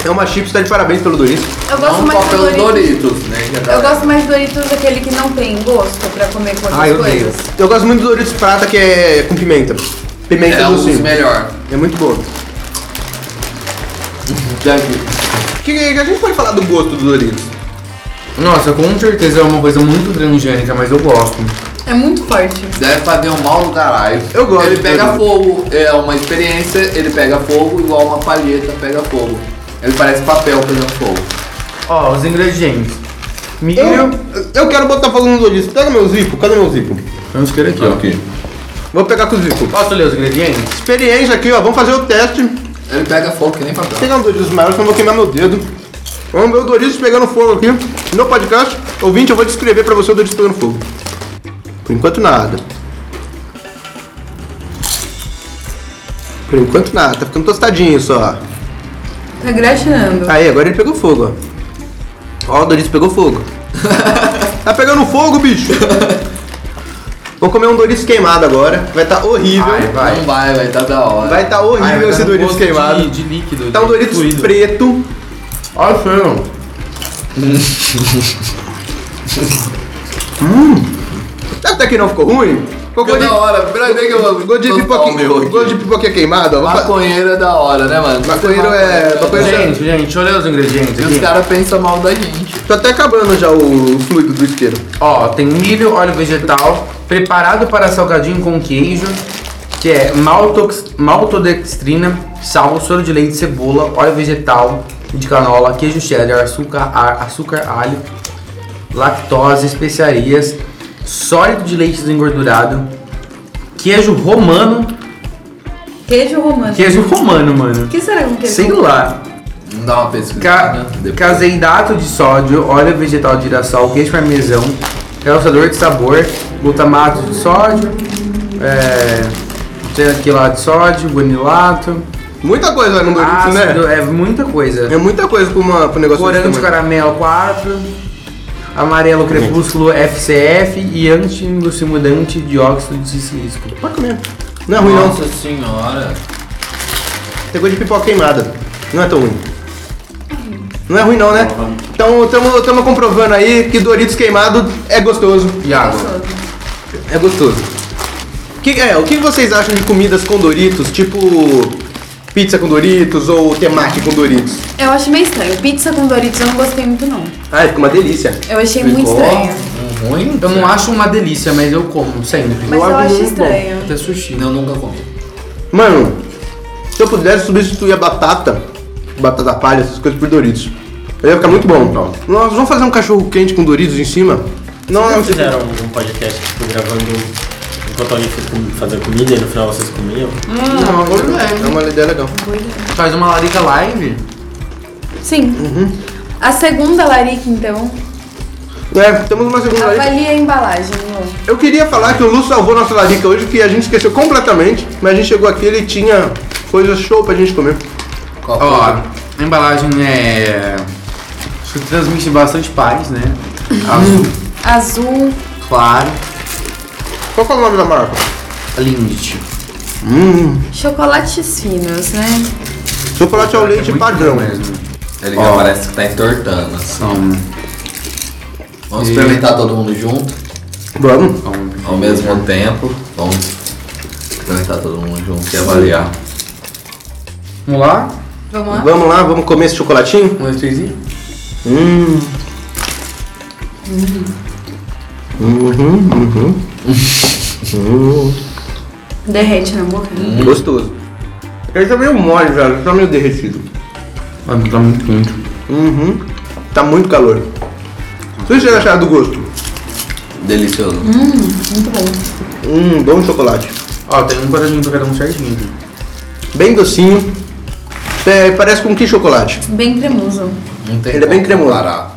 É uma chips, tá de parabéns pelo Doritos. Eu gosto Não mais só do pelos Doritos. Doritos, né? que a Eu galera- gosto mais do Doritos aquele que não tem gosto pra comer com outras Ah, eu coisas. Eu gosto muito do Doritos Prata, que é com pimenta. Pimenta É um dos docinho. melhores. É muito bom. O que, que a gente pode falar do gosto do Doritos? Nossa, com certeza é uma coisa muito transgênica, mas eu gosto. É muito forte. Deve fazer um mal do caralho. Eu gosto Ele de pega Doritos. fogo, é uma experiência, ele pega fogo igual uma palheta pega fogo. Ele parece papel pegando fogo. Ó, os ingredientes. Milho. Eu, eu quero botar fogo no Doritos. Pega meu zipo, cadê meu zipo? Vamos querer aqui, ó. Vou pegar com o zipo. Posso ler os ingredientes? Experiência aqui, ó. Vamos fazer o teste. Vou Ele pega fogo que nem papel. pegar um Doritos maior, senão eu vou queimar meu dedo. Vamos ver o Doritos pegando fogo aqui no podcast. Ouvinte, eu vou descrever pra você o Doritos pegando fogo. Por enquanto, nada. Por enquanto, nada. Tá ficando tostadinho só. Tá gratinando. Aí, agora ele pegou fogo, ó. Ó, o Doritos pegou fogo. tá pegando fogo, bicho. Vou comer um Doritos queimado agora. Vai tá horrível. Ai, vai. Não vai, vai, tá da hora. Vai tá horrível Ai, vai esse dar um Doritos gosto queimado. De, de líquido. Tá um de Doritos fluido. preto. Olha o cheiro. Hum. Até que não ficou ruim. Ficou Ficou gosto da de, hora, primeira vez que eu vou. gosto de pipoquinha. meu aqui. Gosto de pipoquinha queimada. ó. Vamos fa- Maconheiro é da hora, né, mano? Maconheiro é- maconheiro é- Gente, gente, deixa eu ler os ingredientes E é- os aqui. caras pensam mal da gente. Tô até acabando já o fluido do isqueiro. Ó, tem milho, óleo vegetal, preparado para salgadinho com queijo, que é maltox, maltodextrina, sal, soro de leite, cebola, óleo vegetal de canola, queijo cheddar, açúcar, a- açúcar alho, lactose, especiarias, sólido de leite desengordurado, queijo romano. Queijo romano. Queijo romano, mano. O que será com queijo Sei romano? lá. Não dá uma pesquisa. né? Ca caseidato de sódio, óleo vegetal de girassol, queijo parmesão, realçador de sabor, glutamato de sódio, é, tem aqui lá de sódio, bonilato, Muita coisa vai no Doritos, ácido, né? é muita coisa. É muita coisa pra, uma, pra um negócio Corante desse tamanho. caramelo 4, amarelo crepúsculo FCF e anti-enlucimudante dióxido de silício. Pode comer. Não é ruim, não. senhora. Tem gosto de pipoca queimada. Não é tão ruim. Não é ruim não, né? Então estamos comprovando aí que Doritos queimado é gostoso. E água. Gostoso. É gostoso. Que, é, o que vocês acham de comidas com Doritos? Tipo pizza com Doritos ou temaki com Doritos? Eu acho meio estranho. Pizza com Doritos eu não gostei muito, não. Ai, fica uma delícia. Eu achei muito Ficou estranho. um ruim? Eu não acho uma delícia, mas eu como sempre. Mas eu algo acho muito estranho. Até sushi. Eu nunca comi. Mano, se eu pudesse substituir a batata, batata palha, essas coisas por Doritos, ia ficar muito bom. Nós vamos fazer um cachorro quente com Doritos em cima? Não, Vocês fizeram um podcast, tipo, gravando enquanto alguém foi com- fazer comida e no final vocês comiam? Hum. Não, é uma ideia legal. Faz uma larica live. Sim. A segunda larica, então, É, temos uma segunda larica. avalia a embalagem, Lu. Eu queria falar que o Lu salvou nossa larica hoje, que a gente esqueceu completamente, mas a gente chegou aqui e ele tinha coisas show pra gente comer. Qual Ó, a embalagem é. Acho que transmite bastante paz, né? Azul, Azul. claro, Qual que é o nome da marca? Lindt. Chocolates finos, né? Chocolate ao leite Muito padrão. bom mesmo. Ele Ó. já parece que tá entortando. assim. São. Vamos E- experimentar todo mundo junto, Vamos. são- ao mesmo tempo. Vamos experimentar todo mundo junto e avaliar. Vamos lá? Vamos lá? Vamos lá, vamos comer esse chocolatinho? Um, dois, três e. Hum. Uhum, uhum. Derrete na boca. Uhum. né? Gostoso. Ele tá meio mole, velho. Tá meio derretido. Ah, tá muito quente. Uhum. Tá muito calor. O que vocês acharam do gosto? Delicioso. Muito bom. Hum, bom chocolate. Ó, tem um quadradinho pra cada um certinho. Bem docinho. É, parece com que chocolate? Bem cremoso. Não tem Ele é bem como cremoso. comparar.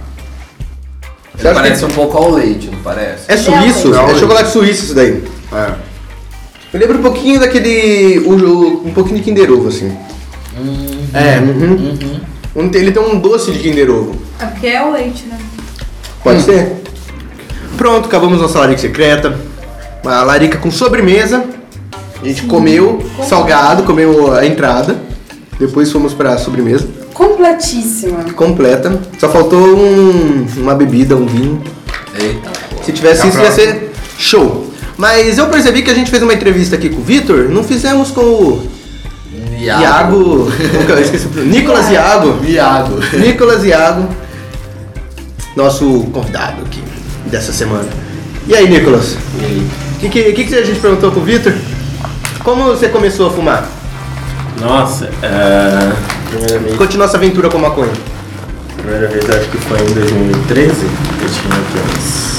Você acha parece que- um pouco ao leite, não parece? É suíço? Realmente. É chocolate suíço isso daí. Eu lembro um pouquinho daquele. o- o- um pouquinho de Kinder Ovo, assim. é, uhum. Um- Ele tem um doce de Kinder Ovo. É porque é o leite, né? Pode ser? Pronto, acabamos nossa larica secreta. Uma larica com sobremesa. A gente comeu salgado, comeu a entrada. Depois fomos pra sobremesa. Completíssima. Completa. Só faltou um- uma bebida, um vinho. Eita. Se tivesse isso, ia ser show. Mas eu percebi que a gente fez uma entrevista aqui com o Vitor. Não fizemos com o Iago. Nunca- eu esqueci o nome. Nicolas Iago. Viado. Nicolas Iago, nosso convidado aqui dessa semana. E aí, Nicolas? O que, que, que que a gente perguntou pro Vitor? Como você começou a fumar? Nossa, é, primeira vez. Conte nossa aventura com maconha. Primeira vez acho que foi em 2013, eu tinha aqui uns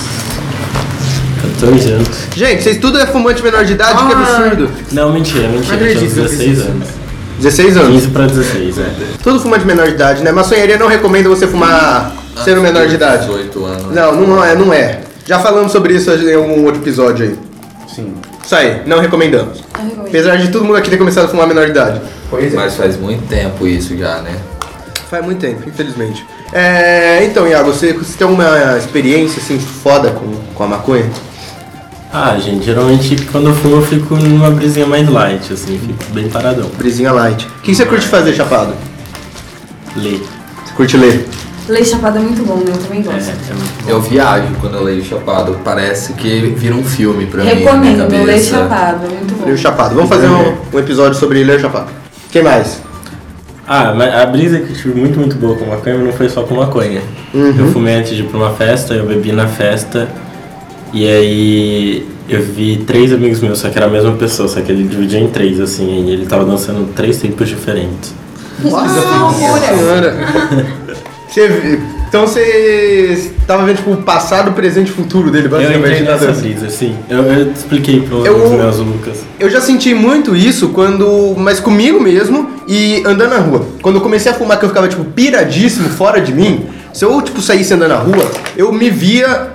14 anos. Gente, vocês tudo é fumante menor de idade? que absurdo. Não, mentira, mentira, eu tinha uns 16 anos. 16 anos. 15 pra 16, é. Tudo fumante menor de idade, né? Maçonharia não recomenda você fumar sendo menor de idade. 18 anos. Não, não é, não é. Já falamos sobre isso em algum outro episódio aí. Sim. Isso aí, não recomendamos. Apesar de todo mundo aqui ter começado a fumar menor de idade. é. Mas faz muito tempo isso já, né? Faz muito tempo, infelizmente. É, então, Iago, você, você tem alguma experiência assim foda com, com a maconha? Ah, gente, geralmente quando eu fumo eu fico numa brisinha mais light, assim, fico bem paradão. Brisinha light. O que você curte fazer, Chapado? Lê. Você curte ler? Leite chapado é muito bom, né? Eu também É, gosto. é muito Eu viajo quando eu leio Chapado. Parece que vira um filme pra mim. na minha Recomendo, cabeça. leite chapado, é muito bom. Ler o Chapado. Vamos fazer um, um episódio sobre ler o Chapado. Quem mais? Ah, mas a brisa que eu tive muito, muito boa com maconha não foi só com maconha. Eu fumei antes de ir pra uma festa, eu bebi na festa. E aí eu vi três amigos meus, só que era a mesma pessoa, só que ele dividia em três, assim, e ele tava dançando três tempos diferentes. Nossa senhora! Você vi- então você tava vendo tipo, o passado, o presente e o futuro dele, Eu basicamente. né, entrei na nessa dança. brisa, sim. Eu, eu expliquei pros assim. Eu- meus Lucas. Eu já senti muito isso quando. Mas comigo mesmo e andando na rua. Quando eu comecei a fumar, que eu ficava, tipo, piradíssimo, fora de mim. Se eu, tipo, saísse andando na rua, eu me via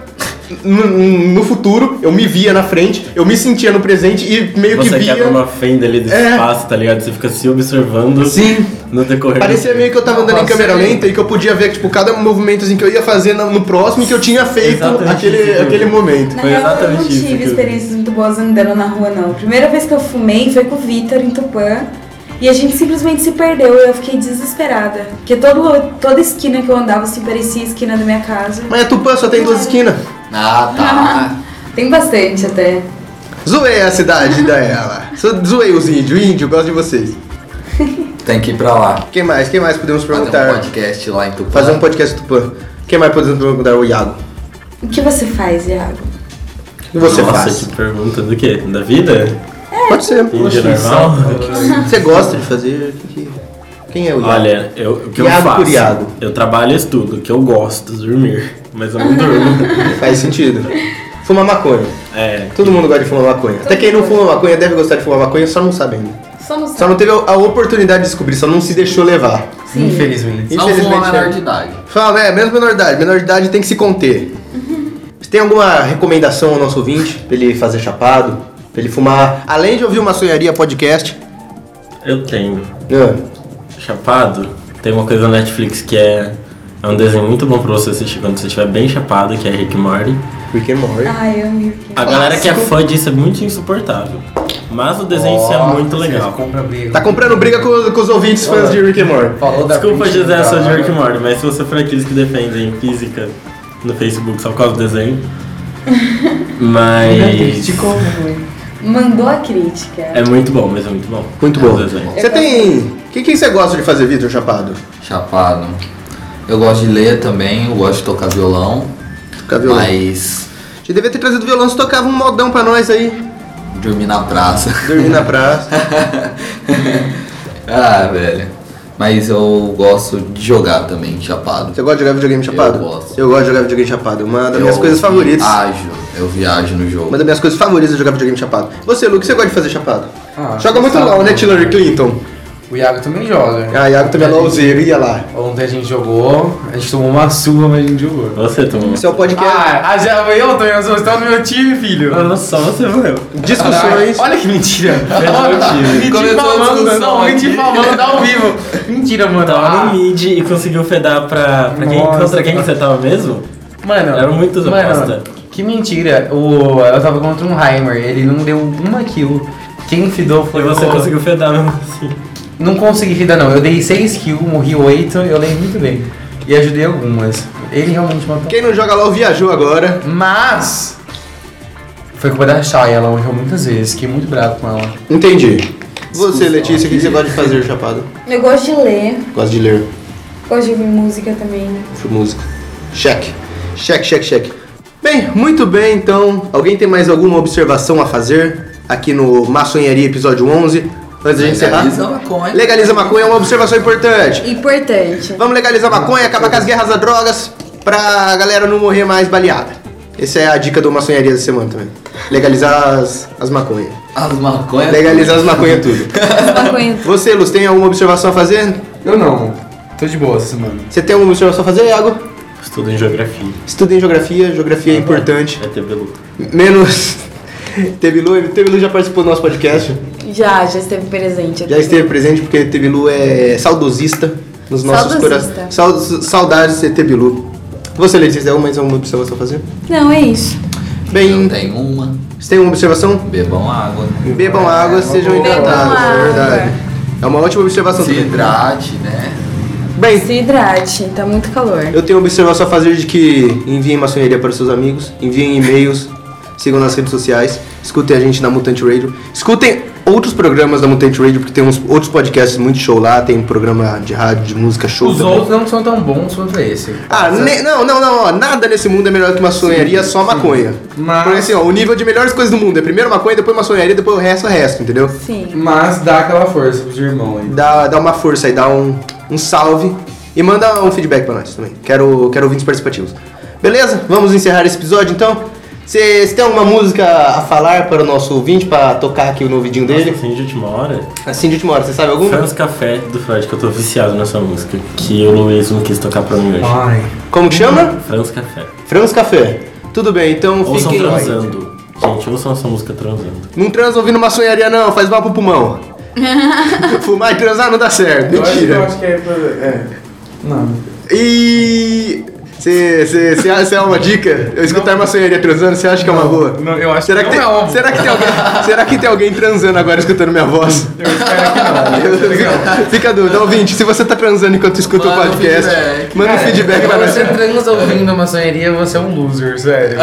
no, no futuro, eu me via na frente, eu me sentia no presente e meio Você que via. quebra uma fenda ali do É. espaço, tá ligado? Você fica se observando Sim. no decorrer Parecia do meio que eu tava andando em câmera lenta e que eu podia ver, tipo, cada movimento assim, que eu ia fazer na- no próximo e que eu tinha feito Exatamente aquele, isso. aquele momento. Na Foi real, eu não exatamente isso tive que eu- experiências muito boas andando na rua, não. A primeira vez que eu fumei foi com o Vitor em Tupã. E a gente simplesmente se perdeu e eu fiquei desesperada. Porque todo, toda esquina que eu andava, assim, parecia a esquina da minha casa. Mas a Tupã só tem duas esquinas. Ah, tá. Tem bastante até. Zoei a cidade dela. Zo- Zoei os índios. Índio, gosto de vocês. Tem que ir pra lá. Quem mais? Quem mais podemos Fazer um perguntar? podcast lá em Tupã. Fazer um podcast do Pan. Quem mais podemos perguntar? O Iago. O que você faz, Iago? O que você Nossa, faz? que pergunta do quê? Da vida? Pode ser. Em geral? Você gosta de fazer? O que- Quem é o Iago? Olha, eu, o que Iago eu faço? por Iago. Eu trabalho e estudo, o que eu gosto, dormir. Mas eu não durmo. Faz sentido. Fuma maconha. é. Todo mundo gosta de fumar maconha. Até quem não fuma maconha deve gostar de fumar maconha, só não sabe ainda. Somos Só não teve a oportunidade de descobrir, só não se deixou levar. Sim. Infelizmente. Não sou uma Infelizmente, menor é. de idade. Fala, é, mesmo menor de idade. Menor de idade tem que se conter. Você tem alguma recomendação ao nosso ouvinte pra ele fazer chapado? Pra ele fumar? Além de ouvir uma sonharia podcast. Eu tenho. Ah, Chapado, tem uma coisa na Netflix que é. É um desenho muito bom pra você assistir quando você estiver bem chapado, que é Rick and Morty. Rick and Morty. Ai, eu amo Rick. A galera que é fã disso é muito insuportável. Mas o desenho em si é muito legal. Tá comprando briga com, com os ouvintes fãs de Rick and Morty. Falou da Desculpa Britney, dizer essa de cara. Rick and Morty, mas se você for aqueles que defendem física no Facebook só por causa do desenho. Mas. Mandou a crítica. É muito bom, mas é muito bom. Muito É um bom. desenho. Você tem... O que, que você gosta de fazer, Vitor Chapado? Chapado. Eu gosto de ler também, eu gosto de tocar violão. Tocar violão. Mas Você devia ter trazido violão, você tocava um modão pra nós aí. dormir na praça. Dormir na praça. ah, velho. Mas eu gosto de jogar também, chapado. Você gosta de jogar videogame chapado? Eu gosto. Eu gosto de jogar videogame chapado. Uma das minhas Eu coisas favoritas. Viajo, eu viajo no jogo. Uma das minhas coisas favoritas é jogar videogame chapado. Você, Luke, você gosta de fazer chapado? Ah, Joga muito sabe. LOL, né, Hillary Clinton? O Iago também joga. Ah, Iago também é lauzeiro, ia lá. Ontem a gente jogou, a gente tomou uma surra, mas a gente jogou. Você tomou. Esse é o podcast. Ah, ah, já foi eu, Tonhão, você tá no meu time, filho. Ah, Só você morreu. Tipo, Discussões. Olha que mentira. time. Mentira Começou a falando, discussão não, aqui. mentira falando ao vivo. Mentira, mano. Tava Ah, no mid e conseguiu fedar pra, pra quem? Nossa, Contra quem que cara. você tava mesmo? Mano, Eram muitas mano, apostas. Que mentira. O, ela tava contra um Heimer, ele não deu uma kill. Quem fidou E foi você o- conseguiu fedar mesmo assim. Não consegui fidar, não. Eu dei 6 kills, morri 8, eu lembro muito bem. E ajudei algumas. Ele realmente matou. Quem não joga LOL viajou agora. Mas. Foi culpa da Shai, ela morreu muitas vezes. Fiquei muito bravo com ela. Entendi. Você, Letícia, o que você gosta de fazer, Chapado? Eu gosto de ler, Gosto de ler. gosto de ouvir música também. música. Cheque. Cheque, cheque, cheque. Bem, muito bem, então. Alguém tem mais alguma observação a fazer aqui no Maçonharia episódio 11? Antes da gente encerrar? Legaliza a maconha. Legaliza a maconha é uma observação importante. Importante. Vamos legalizar a maconha, acabar com as guerras a drogas pra galera não morrer mais baleada. Essa é a dica do Maçonharia da semana também. Legalizar as, as maconhas. As maconhas. Legalizar as maconhas tudo. Maconha. Você, Luz, tem alguma observação a fazer? Eu não. Tô de boa essa semana. Você tem alguma observação a fazer, Iago? Estudo em geografia. Estudem geografia, geografia é importante. É ter beluga. Menos. Teve Lu, Teve Lu já participou do nosso podcast. Já, já esteve presente. Já esteve presente porque Teve Lu é saudosista nos nossos Saudosista. corações. Saud- Saudades de Teve Lu. Você, Letícia, mais alguma observação a fazer? Não, é isso. Bem, Eu tenho uma. você tem uma observação? Bebam água. Bebam água, sejam boa. hidratados, Bebam é água. verdade. É uma ótima observação. Se também. hidrate, né? Bem, Se hidrate, tá muito calor. eu tenho uma observação a fazer de que enviem maçonharia para os seus amigos, enviem e-mails, sigam nas redes sociais, escutem a gente na Mutante Radio, escutem outros programas da Mutante Radio, porque tem uns outros podcasts muito show lá, tem um programa de rádio, de música show. Os também. outros não são tão bons quanto esse. Ah, ne- não, não, não, ó, nada nesse mundo é melhor que maçonharia, só maconha. Mas- Porque assim, ó, o nível de melhores coisas do mundo é primeiro maconha, depois maçonharia, depois o resto é o resto, entendeu? Sim. Mas dá aquela força pros irmãos aí. Dá, dá uma força aí, dá um, um salve e manda um feedback pra nós também. Quero, quero ouvintes participativos. Beleza? Vamos encerrar esse episódio então. Vocês têm alguma música a falar para o nosso ouvinte, para tocar aqui no ouvidinho Nossa, dele? assim, de última hora. Assim de última hora, você sabe alguma? Franz Café do Fred, que eu tô viciado nessa música. Que o Luiz não quis tocar pra mim hoje. Ai. Como que chama? Franz Café. Franz Café. Tudo bem, então Ouçam fiquem... transando. Gente, ouçam essa música transando. Não transa ouvindo maçonharia não, faz mal pro pulmão. Fumar e transar não dá certo, mentira. que é. Não. E se, se, se, se é uma dica, eu escutar maçonharia transando, você acha que é uma boa? não, eu acho será que que não é tem, uma será que tem alguém, será que tem alguém transando agora escutando minha voz? Eu espero que não. tá Fica a dúvida, ouvinte, se você tá transando enquanto escuta o Manda um podcast, É, feedback. manda um feedback pra Se você nós. transa ouvindo maçonharia, você é um loser, sério.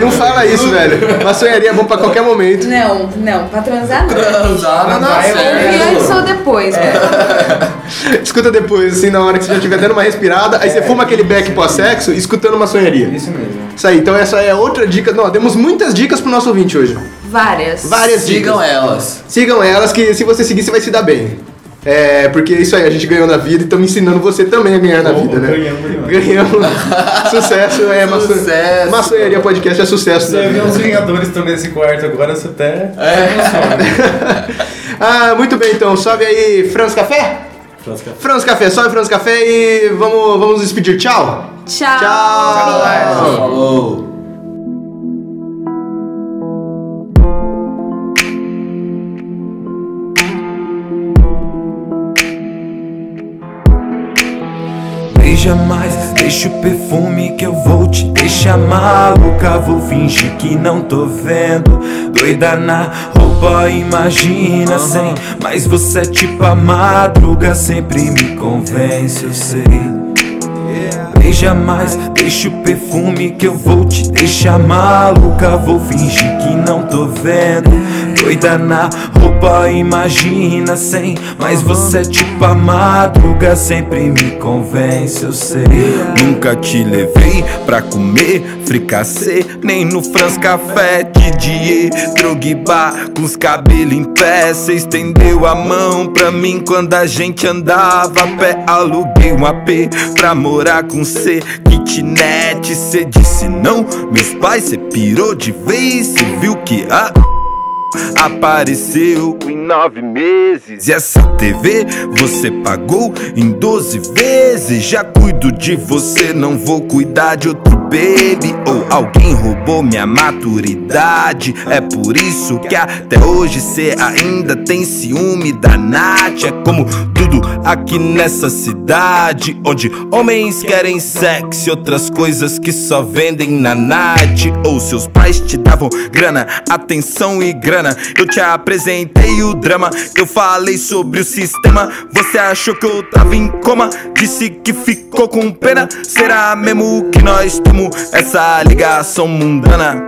Não fala isso, velho. Maçonharia é bom pra qualquer momento. Não, não, pra transar não. Transar não dá é Vai, Ouvir certo. antes ou depois, né? cara. Escuta depois, assim, na hora que você já estiver dando uma respirada, aí você fuma aquele beck pós-sexo escutando maçonharia. Isso mesmo. Isso aí, então essa é outra dica. Não, demos muitas dicas pro nosso ouvinte hoje. Várias. Várias Sigam dicas. elas. Sigam elas, que se você seguir, você vai se dar bem. É, porque isso aí, a gente ganhou na vida e estamos ensinando você também a ganhar na vida, né? Ganhamos. sucesso é maço- Sucesso. Maçonharia Podcast é sucesso da vida. Vingadores estão nesse quarto agora, você até. Ah, muito bem então. Sobe aí, Franz Café? Franz Café. Franz Café, sobe Franz Café e vamos, vamos nos despedir. Tchau! Tchau. Tchau. Falou. Beija mais, deixa o perfume que eu vou te deixar maluca. Vou fingir que não tô vendo. Doida na roupa, imagina sem. Mas você é tipo a madruga, sempre me convence, eu sei. Beija mais, deixa o perfume que eu vou te deixar maluca. Vou fingir que não tô vendo. Doida na roupa, imagina sem. Mas você é tipo a madruga, sempre me convence, eu sei. Nunca te levei pra comer fricassê, nem no Franz Café Didier Drogba com os cabelos em pé. Cê estendeu a mão pra mim quando a gente andava a pé. Aluguei um AP pra morar com cê. Kitnet, cê disse não. Meus pais, cê pirou de vez, cê viu que a apareceu em nove meses. E essa TV você pagou em 12 vezes. Já cuido de você, não vou cuidar de outro baby. Ou alguém roubou minha maturidade. É por isso que até hoje cê ainda tem ciúme da Nath. É como tudo aqui nessa cidade, onde homens querem sexo e outras coisas que só vendem na Nath. Ou seus pais te davam grana, atenção e grana. Eu te apresentei o drama, eu falei sobre o sistema. Você achou que eu tava em coma, disse que ficou com pena. Será mesmo que nós temos essa ligação mundana?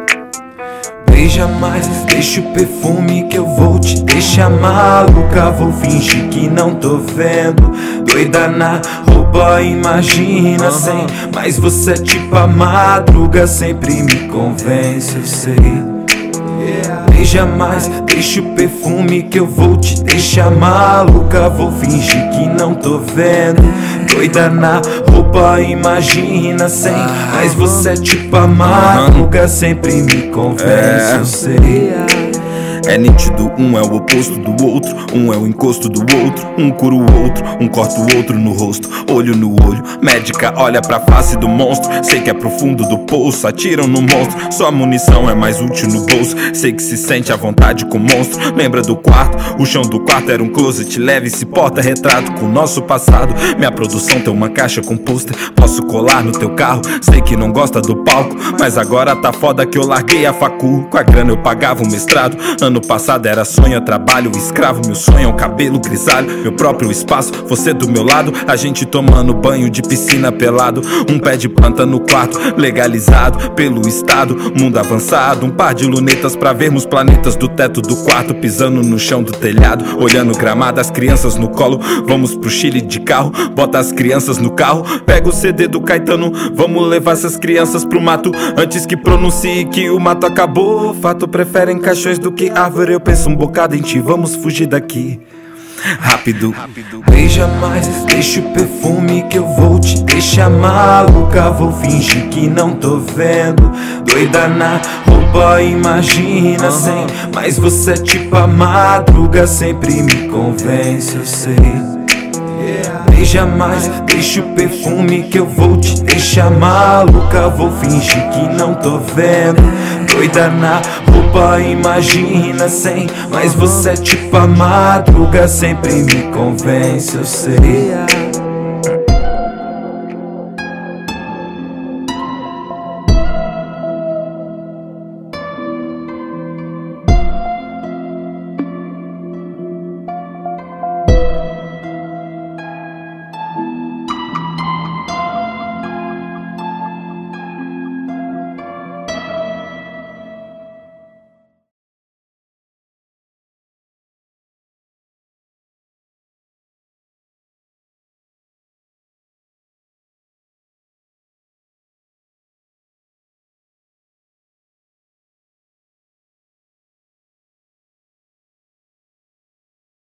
Beija mais, deixa o perfume que eu vou te deixar maluca. Vou fingir que não tô vendo. Doida na roupa, imagina sem. Mas você é tipo a madruga, sempre me convence, eu sei. Beija mais, deixa o perfume que eu vou te deixar maluca. Vou fingir que não tô vendo. Doida na roupa, imagina sem. Mas você é tipo a madruga, sempre me convence, eu sei. É nítido, um é o oposto do outro, um é o encosto do outro, um cura o outro, um corta o outro no rosto, olho no olho. Médica olha pra face do monstro, sei que é profundo do poço, atiram no monstro. Sua munição é mais útil no bolso, sei que se sente à vontade com o monstro. Lembra do quarto, o chão do quarto era um closet, leve-se porta-retrato com o nosso passado. Minha produção tem uma caixa com pôster, posso colar no teu carro, sei que não gosta do palco, mas agora tá foda que eu larguei a facu, com a grana eu pagava um mestrado. Ano passado era sonho, é trabalho, escravo. Meu sonho é um cabelo grisalho, meu próprio espaço. Você do meu lado, a gente tomando banho de piscina pelado. Um pé de planta no quarto, legalizado pelo Estado. Mundo avançado, um par de lunetas pra vermos planetas do teto do quarto. Pisando no chão do telhado, olhando gramado, as crianças no colo. Vamos pro Chile de carro, bota as crianças no carro. Pega o CD do Caetano, vamos levar essas crianças pro mato. Antes que pronuncie que o mato acabou. Fato preferem caixões do que árvore. Eu penso um bocado em ti, vamos fugir daqui. Rápido. Beija mais, deixa o perfume que eu vou te deixar maluca. Vou fingir que não tô vendo. Doida na roupa, imagina sem. Mas você é tipo a madruga, sempre me convence, eu sei. Beija mais, deixa o perfume que eu vou te deixar maluca. Vou fingir que não tô vendo. Doida na roupa, imagina sem. Mas você é tipo a madruga, sempre me convence, eu sei.